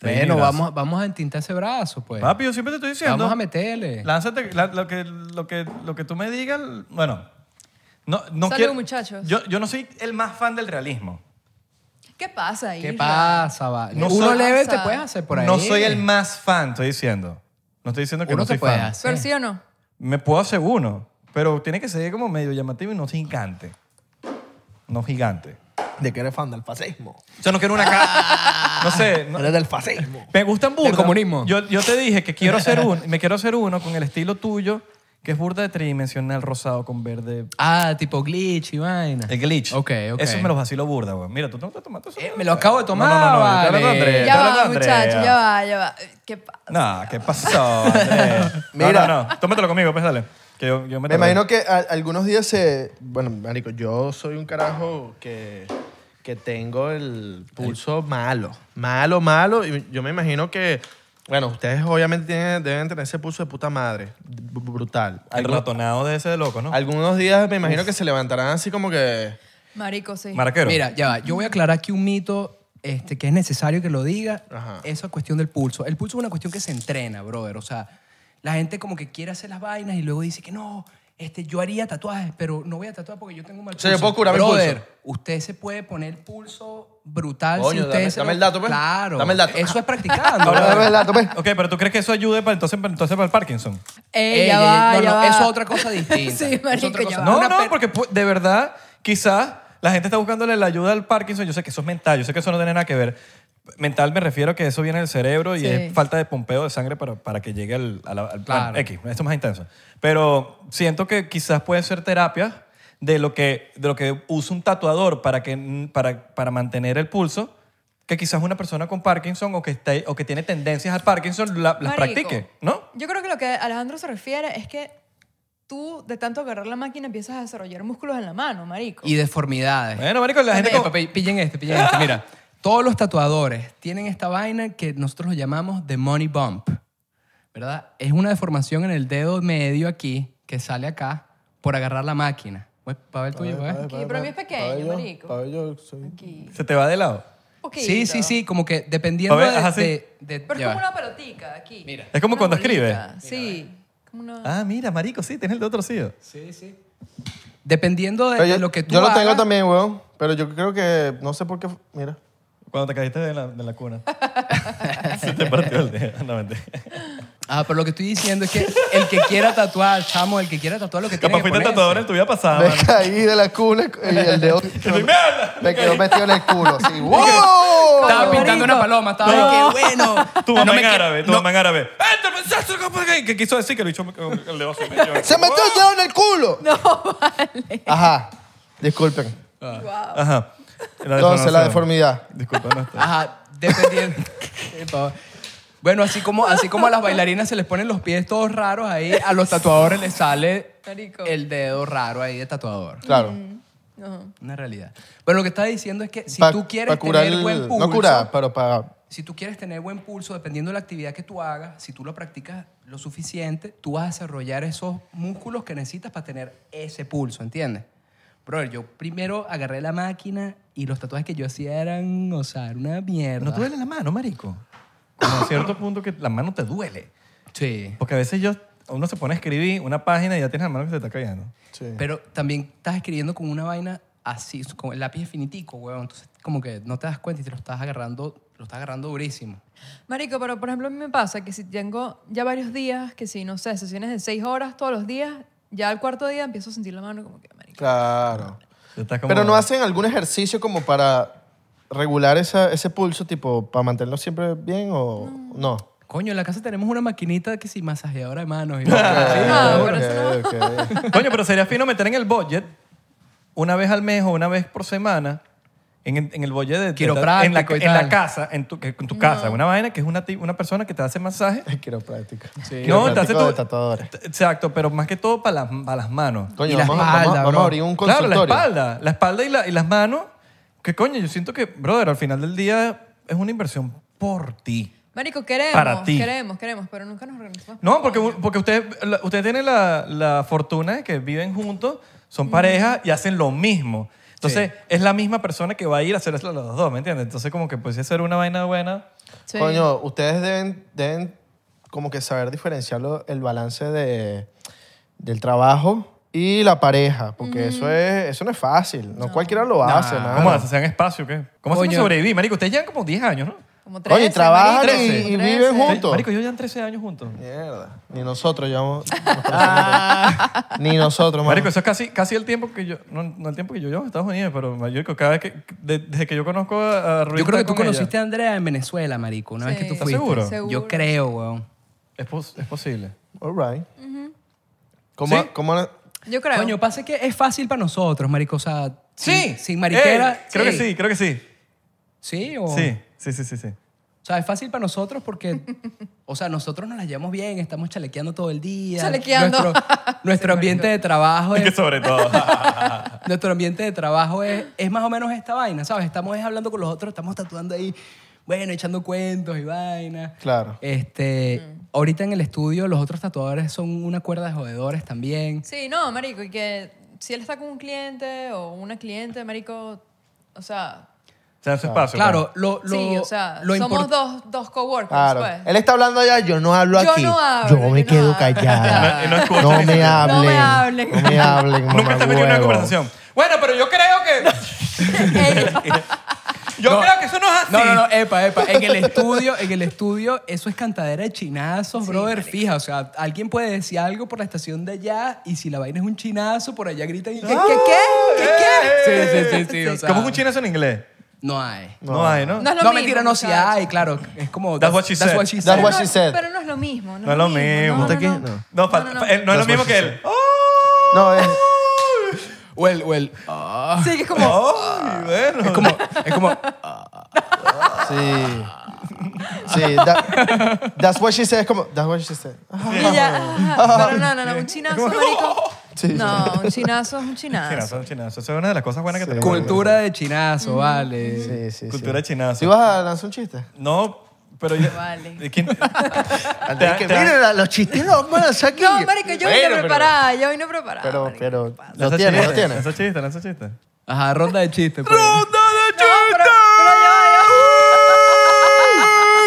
Te di mi Bueno, brazo. vamos, vamos a entintar ese brazo, pues. Papi, yo siempre te estoy diciendo. vamos a meterle. Lánzate la- lo, que, lo, que, lo que tú me digas. Bueno, no, no Salud, quiero. muchachos. Yo, yo no soy el más fan del realismo. ¿Qué pasa ahí? ¿Qué pasa, vale? No Uno soy- leve te pasa. puedes hacer por ahí. No soy el más fan, estoy diciendo. No estoy diciendo que Uno no te soy puede fan. hacer. ¿Pero sí o no? Me puedo hacer uno, pero tiene que ser como medio llamativo y no gigante. No gigante. ¿De qué eres fan? Del fascismo. Yo no quiero una cara. No sé. no- Eres del fascismo. me gustan burda. Del comunismo. Yo, yo te dije que quiero hacer uno, me quiero hacer uno con el estilo tuyo, que es burda de tridimensional rosado con verde. Ah, tipo glitch y vaina. El glitch. Ok, ok. Eso me lo vacilo burda, güey. Mira, tú no te tomaste eso. Eh, me lo acabo de tomar, No, no, no. no, yo te hablo de vale. Andrea, Eh, yo te ya hablo de va, Andrea. muchachos, ya va, ya va. Eh, ¿Qué pasa? Nah, ¿qué pasó, Andrea? Mira. Mira. No, no, no. Tómatelo conmigo, pues dale. Que yo, yo me Me tardé. imagino que a- algunos días se... Bueno, marico, yo soy un carajo que, que tengo el pulso malo. Malo, malo. Y yo me imagino que... Bueno, ustedes obviamente tienen- deben tener ese pulso de puta madre. B- Brutal. El Algunos, ratonado de ese de loco, ¿no? algunos días me imagino que se levantarán así como que... Marico, sí. Marquero. Mira, ya va. Yo voy a aclarar aquí un mito este, que es necesario que lo diga. Ajá. Esa cuestión del pulso. El pulso es una cuestión que se entrena, brother. O sea, la gente como que quiere hacer las vainas y luego dice que no, este, yo haría tatuajes, pero no voy a tatuar porque yo tengo mal O pulso. sea, yo puedo curar mi brother, pulso. usted se puede poner pulso brutal si Coño, usted dame- se dame el dato, pues. Claro. Dame el dato. Eso es practicando. brother. Ahora, ¿verdad? Tope. Ok, pero ¿tú crees que eso ayude para entonces, para- entonces para el Parkinson? Ey, Ey, ya ey, va, no, ya no, va. eso es otra cosa distinta. Eso sí, es marico, otra ya cosa. va. No, Una no, per- porque pu- de verdad, quizás la gente está buscándole la ayuda al Parkinson. Yo sé que eso es mental, yo sé que eso no tiene nada que ver. Mental me refiero a que eso viene del cerebro y Sí. es falta de pompeo de sangre para, para que llegue al, a la- al plan Claro. X. Esto es más intenso. Pero siento que quizás puede ser terapia de lo que, de lo que usa un tatuador para, que, para, para mantener el pulso que quizás una persona con Parkinson o que, está, o que tiene tendencias al Parkinson la- las Marico, practique, ¿no? Yo creo que lo que Alejandro se refiere es que tú, de tanto agarrar la máquina, empiezas a desarrollar músculos en la mano, marico. Y deformidades. Bueno, marico, la gente... Eh, con- papi, pillen este, pillen este. Mira, Todos los tatuadores tienen esta vaina que nosotros lo llamamos the money bump, ¿verdad? Es una deformación en el dedo medio aquí que sale acá por agarrar la máquina. Pues, para ver el tuyo, pues. Aquí, pero a mí es pequeño, marico. Pabello, soy... Aquí. ¿Se te va de lado? Poquito. Sí, sí, sí, como que dependiendo A ver, de, ajá, sí. de- de- Pero es ya como va. una pelotica aquí. Mira. Es como Una cuando bolita, Sí. Como una... Ah, mira, marico, sí, tienes el de otro sitio. Sí, sí. Dependiendo de, Pero de yo, lo que tú yo lo tengo hagas, también, weón. Pero yo creo que, no sé por qué, mira. Cuando te caíste de la, de la cuna. Se te partió el dedo. No, mentira. Ah, pero lo que estoy diciendo es que el que quiera tatuar, chamo, el que quiera tatuar lo que tiene Capaz que fuiste ponerse. tatuador en tu vida pasada, Me mano. caí de la cuna y el dedo ¡Mierda! me quedó metido en el culo. Así, ¡wow! Estaba pintando una paloma, estaba ahí, qué bueno. Tu mamá No me en que- árabe, tu no- mamá en árabe. ¡Eh, te pensaste que- que quiso decir que lo hizo con el dedo así, yo- ¡Se metió el dedo en el culo! No, vale. Ajá, disculpen. Ah. Ajá. La Entonces, la deformidad. Disculpa, no está. Ajá, dependiendo. Sí, por favor. bueno, así como, así como a las bailarinas se les ponen los pies todos raros ahí, a los tatuadores les sale Marico. el dedo raro ahí de tatuador. Claro. Ajá. Una realidad. Pero lo que estaba diciendo es que si Pa- tú quieres pa curar tener el- buen pulso, No curar, pero para... si tú quieres tener buen pulso, dependiendo de la actividad que tú hagas, si tú lo practicas lo suficiente, tú vas a desarrollar esos músculos que necesitas para tener ese pulso, ¿entiendes? Brother, yo primero agarré la máquina y los tatuajes que yo hacía eran, o sea, era una mierda. No te duele la mano, marico. Como a cierto punto que la mano te duele. Sí. Porque a veces yo, uno se pone a escribir una página y ya tienes la mano que se está cayendo. Sí. Pero también estás escribiendo con una vaina así, con el lápiz finitico, weón. Entonces, como que no te das cuenta y te lo estás agarrando, lo estás agarrando durísimo. Marico, pero por ejemplo a mí me pasa que si tengo ya varios días, que si, no sé, sesiones de seis horas todos los días, ya al cuarto día empiezo a sentir la mano como que, marico. Claro. Tú estás como- Pero no hacen algún ejercicio como para regular esa, ese pulso, tipo, para mantenerlo siempre bien o no. Coño, en la casa tenemos una maquinita que si masajeadora de manos. Y Ah, Ok, pero eso ok. Coño, pero sería fino meter en el budget una vez al mes o una vez por semana en, en el budget de- de en la, Quiropráctico y en la tal. casa, en tu, que- en tu casa, una vaina que es una, ti- una persona que te hace masaje. Quiropráctico. No, te hace Quiropráctico tu- de tatuadores. T- Exacto, pero más que todo para las, para las manos. Coño, Y la vamos, a- espalda, vamos a- vamos bro. a abrir un Claro, consultorio. la espalda, la espalda y, la- y las manos. Que coño, yo siento que, brother, al final del día es una inversión por ti. Marico, queremos, Para ti. queremos, queremos, pero nunca nos organizamos. No, porque, porque ustedes, la- ustedes tienen la, la fortuna de que viven juntos, son pareja y hacen lo mismo. Entonces, es la misma persona que va a ir a hacer eso los dos, ¿me entiendes? Entonces, como que pues, puede ser una vaina buena. Sí. Coño, ustedes deben, deben como que saber diferenciar lo- el balance de, del trabajo y la pareja, porque eso, es, eso no es fácil. No, cualquiera lo hace, Nah. mano. ¿Cómo hacen? ¿Se dan espacio o qué? ¿Cómo hacen para Coño. sobrevivir, marico? Ustedes llevan como 10 años, ¿no? Como Coño, y trabajan marico, y- como y 13. viven juntos. Junto. Marico, ellos llevan 13 años juntos. Mierda. Ni nosotros llevamos... Ni nosotros, mano. Marico, eso es casi, casi el tiempo que yo, no, no el tiempo que yo llevo en Estados Unidos, pero marico, cada vez que, de- desde que yo conozco a, a Rubí Yo creo que está tú con ella. conociste a Andrea en Venezuela, marico, una vez Sí. que tú ¿Estás fuiste. seguro? Seguro. Yo creo, weón. Es, pos- es posible. All right. ¿Cómo, ¿Sí? cómo- Yo creo. Coño, pasa que es fácil para nosotros, marico, o sea, sin, sin mariquera. mariquera. creo que sí, creo que sí. Sí, o... Sí, sí, sí, sí. sí. O sea, es fácil para nosotros porque, o sea, nosotros nos la llevamos bien, estamos chalequeando todo el día. Chalequeando. Nuestro, nuestro ambiente de trabajo Es que es, sobre todo. nuestro ambiente de trabajo es, es más o menos esta vaina, ¿sabes? Estamos es hablando con los otros, estamos tatuando ahí, bueno, echando cuentos y vainas. Claro. Este, Mm. ahorita en el estudio los otros tatuadores son una cuerda de jodedores también. Sí, no, marico, y que si él está con un cliente o una cliente, marico, o sea, Se hace espacio. Claro, lo, lo, sí, o sea, lo somos import- dos, dos coworkers, Claro. pues. Él está hablando allá, yo no hablo Yo aquí. no hablo, Yo me yo no quedo hablo. callada. Y no escucha No ni me siquiera. hablen. No me hablen. No me hablen, pues. Nunca estás metido en una mamahuevo. conversación. Bueno, pero yo creo que. Yo No. creo que eso no es así. No, no, no, epa, epa. En el estudio, en el estudio, eso es cantadera de chinazos, brother. Fija, o sea, alguien puede decir algo por la estación de allá y si la vaina es un chinazo, por allá gritan y... ¿Qué, ¿Qué, qué? ¿Qué, qué? Sí, sí, sí, sí, o sea... ¿Cómo es un chino eso en inglés? No hay. No, hay, ¿no? No es lo no, mismo, mentira, no, si muchachos. hay, claro. Es como... That's what she said. That's what No, she said. Pero no es lo mismo. No, No es lo mismo. No, no, ¿Usted qué? no. No. No, fa- No, fa- él- no, no, no. That's es lo mismo what que she él. No, es... Well, well. Sí, que es como... ¡Ay, bueno! Es como... Es como... Sí. Sí, that- that's what she said. Es como, that's what she said. ah, Y ya, ajá, pero no, no, no, un chinazo, marico. Sí. No, un chinazo es un chinazo. Chinazo, chinazo. Esa es una de las cosas buenas que Sí. te Cultura de chinazo, Sí, vale. sí, Cultura sí. chinazo. ¿Tú ibas a lanzar un chiste? No, pero yo... Vale. ¿De quién- Al Te- de que, te- "Mira, la- los chistes los van a sacar aquí". No, marico, yo Bueno, vine pero- preparada, yo vine preparada. Pero, marico. pero, Lanza lo tienes, lo chistes, tienes. Lanza chiste, lanza chiste. Ajá, ronda de chistes. pues. No, pero- pero ya va, ya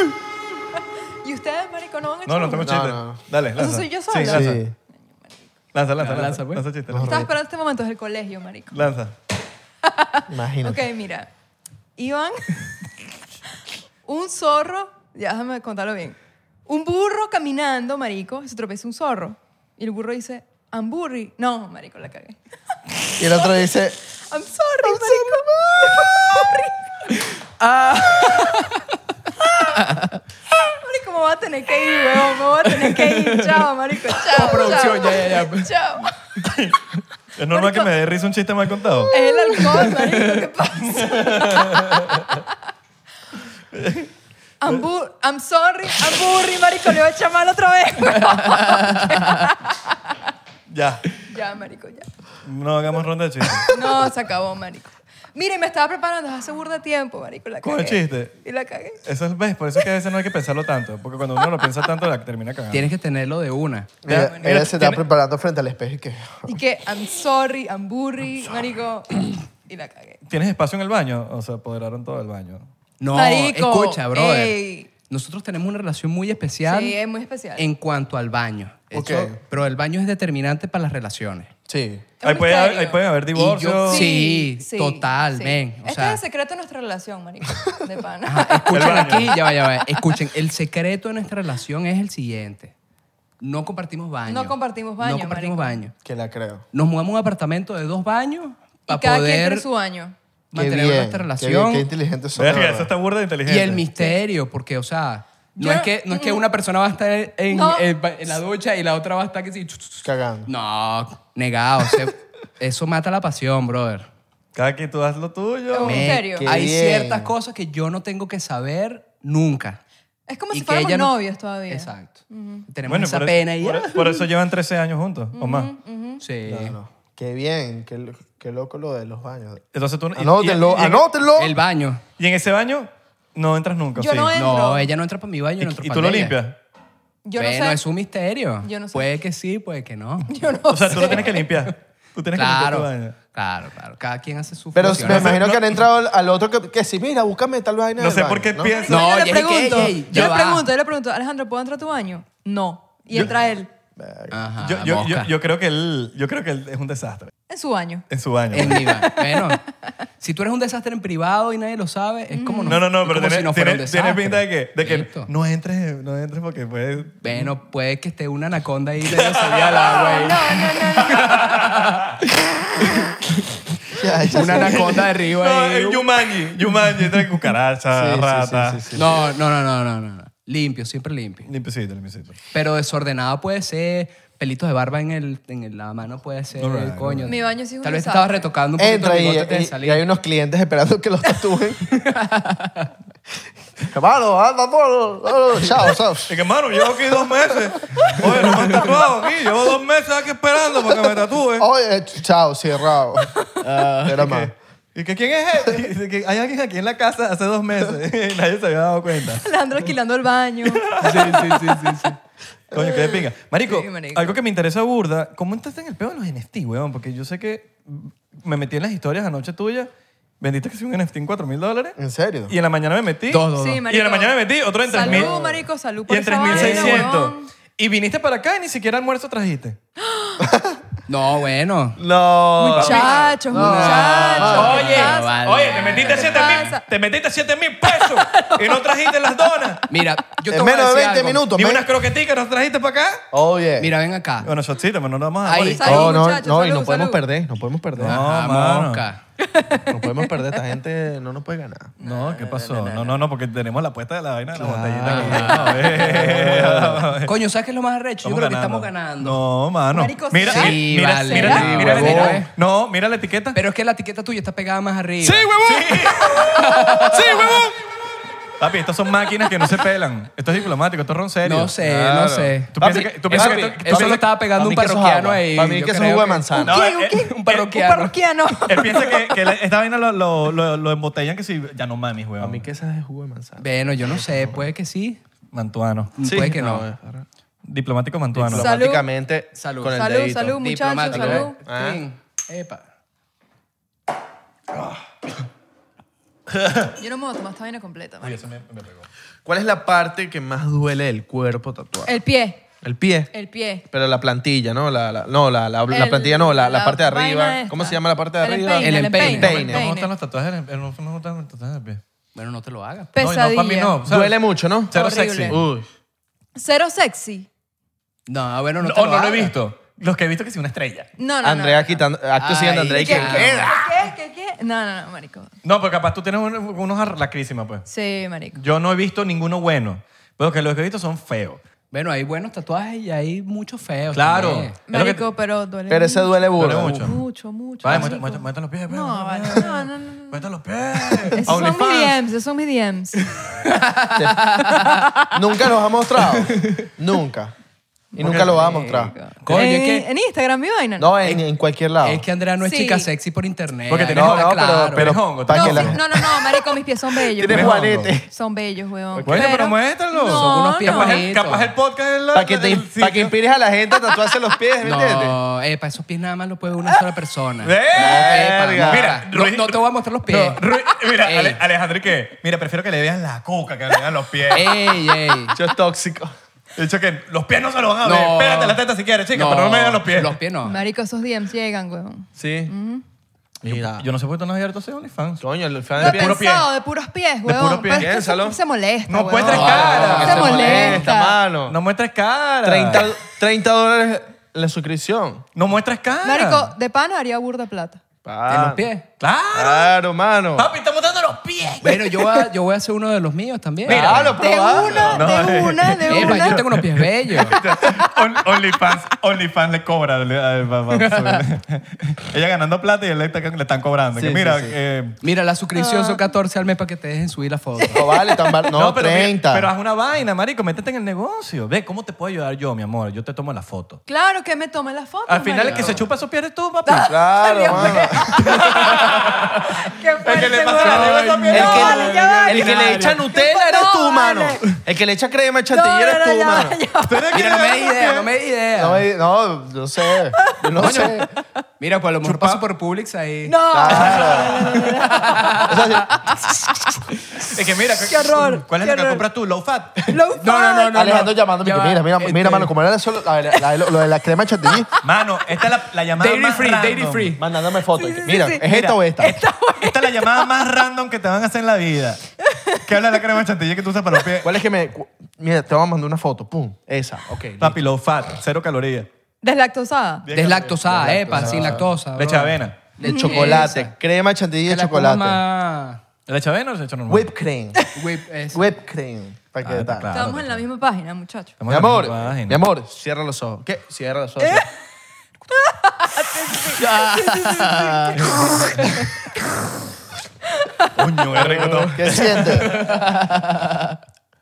va. Y ustedes, marico, no van a echar No, no un- tengo No, chiste. no. Dale, lanza. ¿Eso soy yo Sí, sola? lanza. Sí. Lanza, lanza, Lanza, lanza. pues. Lanza chiste, Estaba lanza. esperando este momento desde el colegio, marico. Lanza. Imagínate. Ok, mira. Iban un zorro, ya déjame contarlo bien. Un burro caminando, marico, se tropezó un zorro. Y el burro dice, hamburri. No, marico, la cagué. Y el otro dice, I'm sorry, marico. Marico, me voy a tener que ir, weón. Me voy a tener que ir. Chao, marico. Chao. Producción, chao. ya, ya, ya. Chao. Es normal que me dé risa un chiste mal contado. Es el alcohol, marico. ¿Qué pasa? I'm, bu- I'm sorry, I'm burry, marico. Le voy a echar mal otra vez, weón. Ya. Ya, marico, ya. No hagamos ronda de chistes. No, se acabó, marico. Mire, me estaba preparando hace burda tiempo, marico. La ¿Cómo cagué. el chiste? Y la cagué. Eso es, ¿ves? Por eso es que a veces no hay que pensarlo tanto. Porque cuando uno lo piensa tanto, la termina cagando. Tienes que tenerlo de una. mira, Mira, ella se está tiene- preparando frente al espejo y que... Y que, I'm sorry, I'm burry, marico. Y la cagué. ¿Tienes espacio en el baño? O sea, apoderaron todo el baño. No, Marico, escucha, brother. ey. Nosotros tenemos una relación muy especial Sí, es muy especial. en cuanto al baño. Ok. Eso- pero el baño es determinante para las relaciones. Sí. Es un Ahí, puede, misterio. ahí pueden haber yo- divorcios. Sí, total, men, o este sea- es el secreto de nuestra relación, marico. De pana. Ajá, escuchen El baño. aquí, ya va, ya va. Escuchen, el secreto de nuestra relación es el siguiente. No compartimos baño. No compartimos baño, No compartimos marico. baño. Que la creo. Nos mudamos a un apartamento de dos baños y para cada quien poder tiene su año. Qué mantener bien, nuestra qué relación. bien, Qué, inteligente son. Verga, de verdad. eso está burda de Y inteligente. el misterio, porque, o sea, no, Yo- es que, no es que una persona va a estar en, No. en- en la ducha y la otra va a estar que sí. Cagando. No, negado. se- eso mata la pasión, brother. Cada quien tú haz lo tuyo. Me- Misterio. Qué Hay bien. ciertas cosas que yo no tengo que saber nunca. Es como Y si que fuéramos ella no- novios todavía. Exacto. Tenemos Bueno, esa por, e- pena y por- ya. por eso llevan 13 años juntos, o más. Sí. eh. Claro. Qué bien, qué, lo- qué loco lo de los baños. Entonces tú... y- Anótenlo, y- y- anótenlo. El baño. Y en ese baño no entras nunca. Yo sí. no entro. No, ella no entra para mi baño, yo no entro ¿Y, y para tú lo ella. limpias. Yo bueno, no sé. es un misterio. Yo no sé. Puede que sí, puede que no. Yo no O sea, tú sé. lo tienes que limpiar. Tú tienes que Claro, limpiar tu baño. claro, claro. Cada quien hace su Pero función. me No sé- imagino no- que han entrado al, al otro que, que sí, mira, búscame tal vaina. No del sé baño, por qué ¿no? pienso- No, No, ya yo le es que, pregunto. ey, ya yo le va. pregunto, yo le pregunto, Alejandro, ¿puedo entrar a tu baño? No. Y entra él Ajá, Yo, yo, yo, mosca. yo creo que él, yo creo que él es un desastre en su baño. en su baño. En mi baño. Bueno, si tú eres un desastre en privado y nadie lo sabe, es como Mm. No, no, no, pero como tiene, si no fuera tiene, un tiene desastre. pinta de que, de que Listo. no entres, no entres porque puedes... Bueno, puede que esté una anaconda ahí y le salía al Ah, agua. No, no, no, no. Ya, ya ahí. Una sé. anaconda arriba. No, ahí. es Yumanji, Yumanji, entre cucarachas, Sí, sí, ratas. sí, sí, sí. No, no, no, no, no, no, no. Limpio, siempre limpio. Limpiecito, limpiecito. Pero desordenado puede ser, pelitos de barba en, el, en el- la mano puede ser, Alright, coño. Mi baño sí es un Tal vez te desastre. estabas retocando un poquito Entra el y, bigote antes de y- salir. y hay unos clientes esperando que los tatúen. ah, Hermano, anda, por- oh, chao, chao. Y que, mano, llevo aquí dos meses. Oye, no me han tatuado aquí. Llevo dos meses aquí esperando para que me tatúe. Oh. Oye, chao, cerrado. Era más. ¿Y Ah, que quién es este? Y dice que hay alguien aquí en la casa hace dos meses. Y nadie se había dado cuenta. Alejandro alquilando el baño. Sí, sí, sí, sí, sí. Coño, qué de pinga. Marico, Sí, marico. algo que me interesa burda, ¿cómo estás en el pedo de los NFT, weón? Porque yo sé que me metí en las historias anoche tuyas, vendiste que sí un NFT en 4 mil dólares, ¿En serio? y en la mañana me metí. Dos, dos, Sí, dos. Y en la mañana me metí, otro en 3 mil. Salud, marico, salud Y por en esa vaina, 3600. huevón. Y viniste para acá y ni siquiera almuerzo trajiste. No, bueno. No. Muchachos, muchachos. ¿qué Oye, pasa? vale. oye, te metiste ¿Qué 7 mil, pasa? te metiste 7 mil pesos y no trajiste las donas. Mira, yo te en voy a menos de decir 20 algo. minutos. pues. Ni men. unas croqueticas nos trajiste para acá. Oye. Mira, ven acá. Bueno, shotcito, pero no nos vamos a dar Ahí- bola. Salud, Oh, no, no, muchachos, no, y salud, no podemos salud. perder, no podemos perder. No. Ajá, mano. Ah, mosca. No podemos perder, esta gente no nos puede ganar. No, Eh, ¿qué pasó? No, no, no, porque tenemos la apuesta de la vaina de la Claro. botellita. aquí. Coño, ¿sabes qué es lo más arrecho? Yo creo que estamos ganando. No, mano. Marico, mira, ¿será? mira, Sí, mira, vale. mira, ¿Será? mira la Sí, etiqueta. huevón. No, mira la etiqueta. Pero es que la etiqueta tuya está pegada más arriba. huevón! ¡Sí, huevón! Papi, estas son máquinas que no se pelan. Esto es diplomático, esto es ron serio. No sé, no Claro. sé. ¿Tú Papi, piensas que, tú Eso, piensas que, tú- tú eso piensas lo que- estaba pegando un Para mí que eso es parroquiano agua. ahí. Para mí yo que eso es creo jugo de manzana. No, ¿Quién? eh, ¿Quién? un parroquiano. Un parroquiano. Él piensa que, que le- esta vaina lo, lo, lo, lo embotellan que si... Ya no mames, A weón. mí que esa es de jugo de manzana. Bueno, yo no sé, puede que sí, Mantuano. puede que no. eh. Diplomático mantuano. Salud. Diplomáticamente, Salud. con el Salud, dedito. salud, muchachos, Diplomático. salud. Ah. Ting. Epa. ¿eh? Yo no me voy a tomar esta vaina completa. marico. Eso me, me pegó. ¿Cuál es la parte que más duele del cuerpo tatuado? El, El pie, pie. el pie. Pero la plantilla, ¿no? La, la- no, la, la, la El- plantilla no, la, la la parte de arriba. vaina esta. ¿Cómo se llama la parte de El arriba? empeine, El el empeine. empeine, el Empeine. No me empeine. gustan los tatuajes en el, no me gustan los tatuajes en el pie. Bueno, no te lo hagas. No, no, para mí Pesadilla. no. ¿sabes? Duele mucho, ¿no? Cero Horrible. sexy. Uh, Uy. Cero sexy. pues. No, bueno, no, No, te no, lo lo he hagas. visto. Los que he visto que sí, una estrella. No, no, Andrea no. quitando. Acto siguiente, Ay, Andrea. ¿y qué ¿Qué asco. queda? ¿Qué? ¿Qué? ¿Qué? No, no, no, marico. No, pero capaz tú tienes un- unos ar- lacrísima, pues. Sí, marico. Yo no he visto ninguno bueno. Pero que los que he visto son feos. Bueno, hay buenos tatuajes y hay muchos feos. Claro. también. Es lo que Marico, pero duele Pero ese duele Duele Eh, burro. mucho. mucho, mucho. Vale, marico. muestra, muestra- muestra los pies. pues, No, vale. muestra los No, no, no. pies. no. Muestra los pies. Esos son mis OnlyFans. DMs, esos son mis DMs. Nunca los ha mostrado. nunca. Y nunca los va a mostrar. Coño, en, es que- en Instagram, mi vaina. No, en, en cualquier lado. Es que Andrea no es Sí. chica sexy por internet. Porque Ay, tenés- no, No, no, claro. pero. Tienes pero hongo, no, para que sí, la- no, no, no, marico, mis pies son bellos. Tienes weón. juanete. Son bellos, weón. Bueno, pero muéstralo. No, Son unos pies no. Capaz, el, Bonito. capaz el podcast es la. Para que, te, del sitio. para que inspires a la gente a tatuarse los pies, ¿me entiendes? No, epa, esos pies nada más los puede una sola persona. Verga. Epa, no, Mira, no, Ruiz- no te voy a mostrar los pies. No, Ru- mira, Ey. Ale- Alejandro, ¿y qué? Mira, prefiero que le vean la coca que le vean los pies. Ey, ey. Yo es tóxico. De hecho, que los pies no se los van a ver. Pégate la teta si quieres, chica, pero no me vean los pies. Los Ah. pies no. Marico, esos DMs llegan, weón. Sí. Mira. Yo no sé por qué tú no has abierto ese OnlyFans. Coño, el fan Lo he de pie. puro pie. pensado, de puros pies, weón. puro pie. Pero es que Piénsalo. se- Se molesta, No weón. pues, muestres cara. Que Se se molesta, molesta. mano. No muestres cara. 30, 30 dólares la suscripción. No muestres cara. Marico, de pana haría burda plata. ¿De Ah. los pies? Claro. Claro, mano. Papi, está mostrando los pies. Bueno, yo voy, a, yo voy a hacer uno de los míos también. Claro, De probalo. una, de una, Ah, de eh. Epa, una. yo tengo unos pies bellos. On- OnlyFans OnlyFans le cobra. le- a- va- va- sube. Ella ganando plata y él le, está- le están cobrando. Sí, que sí, mira, sí. eh, Mira, la Ah. suscripción son 14 al mes para que te dejen subir la foto. No vale tan bar- No, pero, mira, 30. pero haz una vaina, marico. Métete en el negocio. Ve, ¿cómo te puedo ayudar yo, mi amor? Yo te tomo la foto. Claro que me tome la foto. Al final, el marico. que Ah, se chupa esos pies eres tú, papi. Claro, mano. Qué fuerte, le pasa la weón. lengua esa El mierda. No, que, vale, ya vale. el que le echa Nutella eres No, tú, vale. mano. El que le echa crema No, chantilly no, eres no, tú, ya va, mano. ya va. Mira, no me di idea, no me di idea. No, me- no, no sé. Yo no Coño, sé. Mira, pues a lo mejor paso por Publix ahí. No. Es que mira, Qué horror, ¿cuál es qué el que horror. compras tú? Low fat. no, no, no. no, Alejandro llamándome Ya que va, mira, mira, mira, este, mano, como era solo la, la- lo de la crema chantilly, Mano, esta es la, la llamada Dairy más free, random. dairy free. mandándome fotos. Sí, sí, mira, sí, sí. ¿es esta o esta? Esta es la llamada más random que te van a hacer en la vida. ¿Qué habla de la crema chantilly que tú usas para los pies? ¿Cuál es que me.? cu- Mira, te voy a mandar una foto. Pum. Esa. Ok. Papi, low fat, cero calorías. Deslactosada. Deslactosada, epa, sin lactosa. Leche de bro. avena. De chocolate. Esa. Crema chantilly Que de la chocolate. coma ¿Leche de avena o leche normal? Whipped cream. más- Whip, es- Whipped cream. Para que Ah, tal. claro. Estamos en la misma página, muchachos. Mi amor, mi amor, cierra los ojos. ¿Qué? Cierra los ojos. ¿Eh? Coño, qué rico todo. ¿Qué sientes?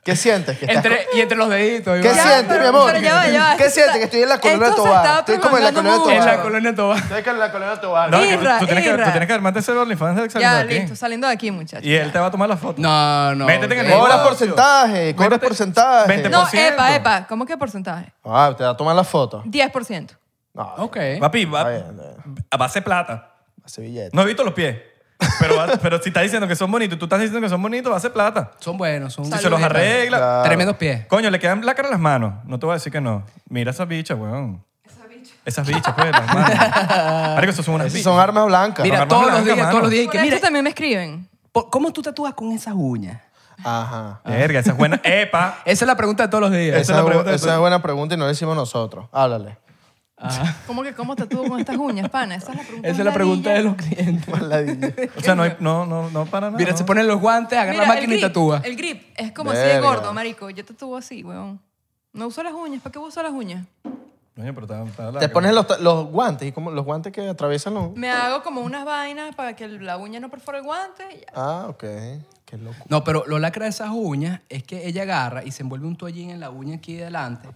¿Qué sientes? Que estás Entre, y entre los deditos. ¿Qué Iván. Ya, sientes, pero- mi amor? pero ya va, ya va. ¿Qué Esto sientes? está- Que estoy en la colonia esto se Tobar. estaba Estoy como en la colonia prolongando Tobar. En la mucho. colonia toba. Estoy en la colonia Tobar. No, que tú, Irra, tú tienes que, irra. tú tienes que armarte ese OnlyFans de salir Ya, de aquí. listo, saliendo de aquí, muchachos. Y él te va a tomar la foto. No, no. Métete en el ok. negocio. Cobras porcentaje, cobras Veinte- porcentaje. veinte No, 10%. epa, epa. ¿Cómo que porcentaje? Ah, te va a tomar la foto. 10%. No, Ok. Papi, va, Está bien, está a base de plata. hace billete. No he visto los pies. Pero, va- pero si estás diciendo que son bonitos, tú estás diciendo que son bonitos, va a ser plata. Son buenos, son Si se los arregla. Claro. Tremendos pies. Coño, le quedan la cara las manos. No te voy a decir que no. Mira esas bichas, weón. Esas bichas, pues, las manos. Marico, esas son unas Esas bichas. son armas blancas. Mira, armas todos los blancas, días, mano. todos los días. y Por que, esto mira, también me escriben. po- ¿cómo tú tatúas con esas uñas? Ajá. Verga, esas buenas. ¡Epa! Esa es la pregunta de todos los días. Esa Esa, es la es, bu- pregunta de esa todo. es buena pregunta y no la hicimos nosotros. Háblale. ¿Cómo que cómo tatúo con estas uñas, pana? Esa es la pregunta. Esa es la pregunta de ladilla. los clientes. Maladilla. O sea, no, hay- no, no, no para nada. Mira, ¿no? se ponen los guantes, agarra Mira, la máquina el y grip, tatúa. El grip es como así de Verga. gordo, marico. Yo tatúo así, weón. No uso las uñas. ¿Para qué uso las uñas? Coño, pero está, está larga. Te pones los, los guantes y como los guantes que atraviesan los. Me hago como unas vainas para que la uña no perfore el guante. y ya. Ah, ok. Qué loco. No, pero lo lacra de esas uñas es que ella agarra y se envuelve un toallín en la uña aquí delante.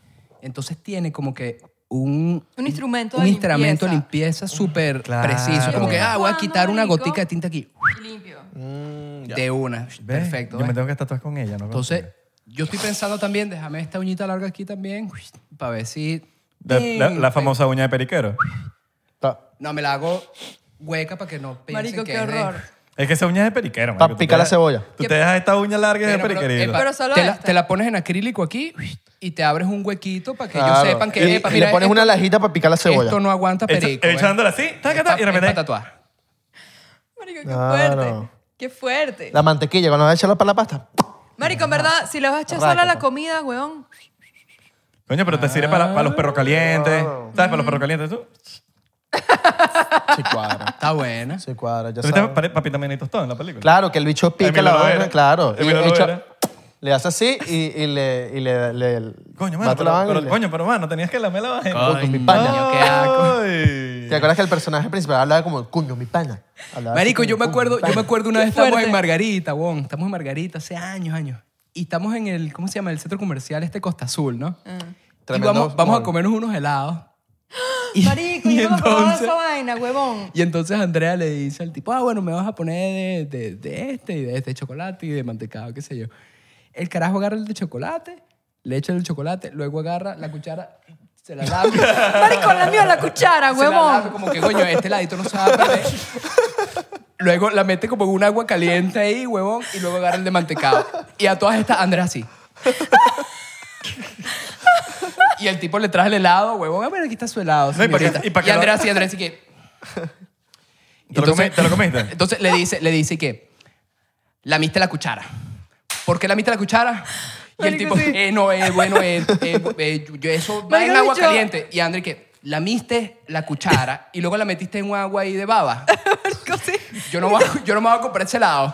Entonces tiene como que un... Un instrumento Un de instrumento de limpieza. limpieza súper Claro. preciso. Como que, ah, voy a Cuando, quitar una marico. gotica de tinta aquí. Limpio. De una. ¿Ves? Perfecto. Yo ¿ves? me tengo que tatuar con ella, ¿no? Entonces, yo estoy pensando también, déjame esta uñita larga aquí también, para ver si... La, la- la Ding. famosa uña de periquero. Para No, me la hago hueca para que no piensen Marico, que qué es de- horror. Es que esa uña es de periquero. marico. Tú te picar la dejas- cebolla. Tú te dejas esta uña larga y es de Pero, pero, periquerito. epa, Pero solo te, la, esta. te la pones en acrílico aquí y te abres un huequito para que Claro. ellos sepan que... Y- epa, y mira, le pones esto- una lajita para picar la cebolla. Esto no aguanta Echa- perico. ¿eh? Echándola así, taca, Es taca, pa- y de es repente- pa tatuar. Marico, qué Claro. fuerte. Qué fuerte. La mantequilla, cuando vas a echarla para la pasta. Marico, en verdad, si le vas a echar sola la comida, weón. Coño, pero te sirve para, para los perros calientes. Ah. ¿Sabes? Para los perros calientes tú. Sí, cuadra. Está buena. Sí, cuadra, ya ¿Tuviste sabes. pare- Papita Manny Tostón en la película? Claro, que el bicho pica Emilio la Lovera. vaina, claro. Y Emilio el bicho Lovera. le hace así y, y le, y le, le- Coño, mano, bate pero, la vaina y pero- le- coño, pero mano, tenías que lamer la vagina. Coño, mi pana. Coño, Oh, qué Ah, asco. Ay. ¿Te acuerdas que el personaje principal hablaba como, cuño, mi pana? Hablaba así Marico, como, yo me "Cuño, acuerdo, mi yo me pana". acuerdo una vez Qué estamos fuerte. en Margarita, bon, estamos en Margarita hace años, años. Y estamos en el, ¿cómo se llama? El centro comercial este Costa Azul, ¿no? Y Tremendo vamos, vamos a mall. comernos unos helados. Marico, y yo no me acordaba de entonces- esa vaina, huevón. Y entonces Andrea le dice al tipo, ah, bueno, me vas a poner de, de- de este y de este chocolate y de mantecado, qué sé yo. El carajo agarra el de chocolate, le echa el chocolate, luego agarra la cuchara, se la lava. Marico, la mío la cuchara, Se la lava huevón. como que, coño, este ladito no sabe. luego la mete como en un agua caliente ahí, huevón, y luego agarra el de mantecado. Y a todas estas, Andrea así. y el tipo le trae el helado, huevón. A ver, aquí está su helado, No, y pa' que- señorita. y y, pa' que lo- Andrea así, Andrea así que... ¿Te lo comi- te lo comiste? Entonces le dice, le dice que lamiste la cuchara. ¿Por qué lamiste la cuchara? Y el Marico, tipo, sí. eh, no, eh, bueno, eh, eh, eh, yo- yo eso va Marico, en agua yo- caliente. Y André que lamiste la cuchara y luego la metiste en un agua ahí de baba. Marico, sí. Yo no, voy a- yo no me voy a comprar ese lado.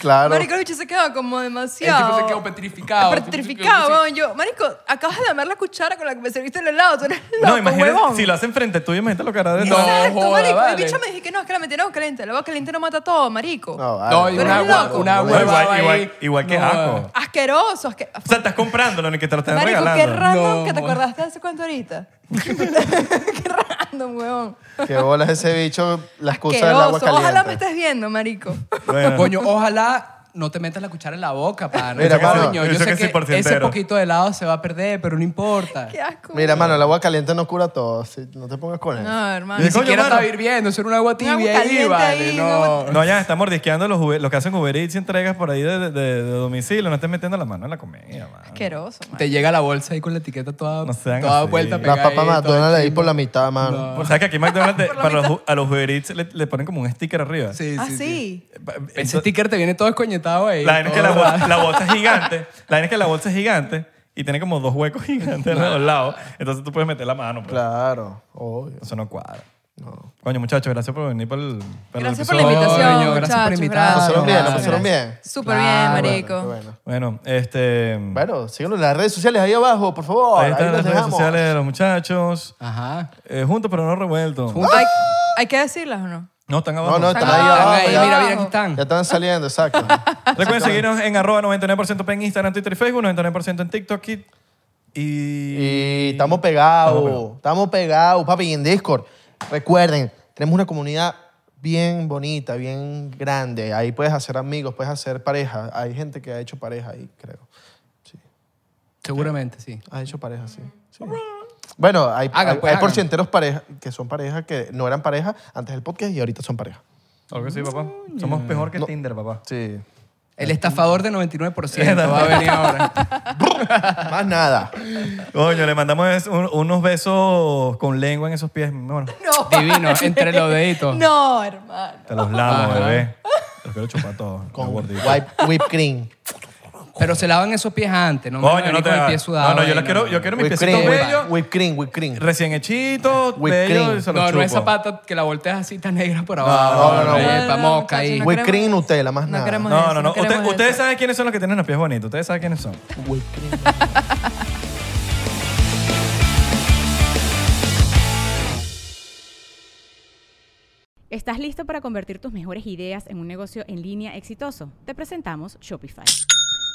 Claro. Marico, el bicho se quedó como El demasiado. tipo se quedó petrificado. Petrificado, huevón. Yo, marico, acabas de lamer la cuchara con la que me serviste el helado. Tú eres loco, No, imagínate, huevón. si lo hacen frente tuyo, imagínate lo que hará de No, Exacto, joda, marico. vale. El bicho me dije que no, es que la metieron caliente. La agua caliente no mata todo, marico. No, vale. No, y Pero un es agua, loco. un agua de Igual- baba ahí. igual- igual que No, ajo. Asqueroso. asque- O sea, estás comprándolo ni que te lo están Marico, qué regalando. random No, que te bueno. acordaste de ese cuento ahorita. qué random, huevón. Que bolas ese bicho, la excusa del agua Asqueroso. caliente. Ojalá me estés viendo, marico. Bueno, Coño, ojalá no te metas la cuchara en la boca, pana. Mira, mano, Coño, yo eso sé que sí, que, por si ese entero. poquito de helado se va a perder, pero no importa. Qué asco. Mira, mano, el agua caliente no cura todo. si- No te pongas con eso. No, hermano. Yo Ni Coño, siquiera mano. estaba hirviendo, eso era un agua Un agua tibia ahí, caliente vale, ahí, no. no, ya están mordisqueando los, Uber- los que hacen Uber Eats y entregas por ahí de, de- de- de domicilio. No estén metiendo la mano en la comida, mano. Asqueroso, marico. Te llega la bolsa ahí con la etiqueta toda, No sean toda así. vuelta Las Las pegada. papas ahí, toda McDonald's ahí chimba. por la mitad, mano. O sea, que aquí McDonald's, te- Por la para los, a los Uber Eats le, le ponen como un sticker arriba. Sí, Ah, sí, sí. sí. Pa- Ese sticker te viene todo escoñetado ahí. La vaina es que la, todo. bol- la bolsa es gigante. La vaina es que la bolsa es gigante y tiene como dos huecos gigantes a los lados. Entonces tú puedes meter la mano. pues. Claro, obvio. Eso no cuadra. Coño, muchachos, gracias por venir para el, para el Gracias por la episodio. invitación, Coño, gracias por muchachos, invitarnos. gracias. ¿Pasaron bien? ¿La Gracias. pasaron bien? Súper Claro. bien, Qué Ah, marico. bueno. Bueno, este... Bueno, síganos en las redes sociales ahí abajo, por favor. ahí están los las redes dejamos. sociales de los muchachos. Ajá. Eh, juntos pero no revueltos. Hay, hay que decirlas o no? No, están abajo. No, no, Están Están ahí abajo, abajo, Están ahí, ya. mira, mira, aquí están. Ya están saliendo, exacto. Recuerden seguirnos en arroba 99% en Instagram, Twitter y Facebook, 99% en TikTok y... Y estamos pegados, estamos pegados, papi, y en Discord. Recuerden, tenemos una comunidad bien bonita, bien grande. Ahí puedes hacer amigos, puedes hacer pareja. Hay gente que ha hecho pareja ahí, creo. Seguramente, sí. Ha hecho pareja, sí. Sí. Bueno, hay, Hagan, hay- pues, hay hagan. porcienteros pareja, que son pareja, que no eran pareja antes del podcast y ahorita son pareja. Algo así, papá. Somos mejor que Tinder, papá. Sí. El estafador de 99% va a venir ahora. Más nada. Coño, le mandamos es- un- unos besos con lengua en esos pies. Bueno, No. Divino, entre los deditos. No, hermano. te los lavo, Ajá. bebé. Los quiero chupar todos. Con los gorditos. whip- whipped cream. Pero se lavan esos pies antes, no me van a Coño, venir no te con el pie hagas. sudado. No, no, yo ahí, los quiero, yo quiero mis Whipped piecitos cream. bellos, Whipped cream, whipped cream. recién hechitos, Whipped bellos, cream. y se los No, chupo. no esa pata que la volteas así tan negra por abajo. no, no, eh, no, pa' no, mosca ahí. muchachos, Whipped cream, queremos- Nutella, más no nada. queremos- No, eso, no, no. no queremos Usted- ustedes eso. saben quiénes son los que tienen los pies bonitos. Ustedes saben quiénes son. Whipped cream. ¿Estás listo para convertir tus mejores ideas en un negocio en línea exitoso? Te presentamos Shopify.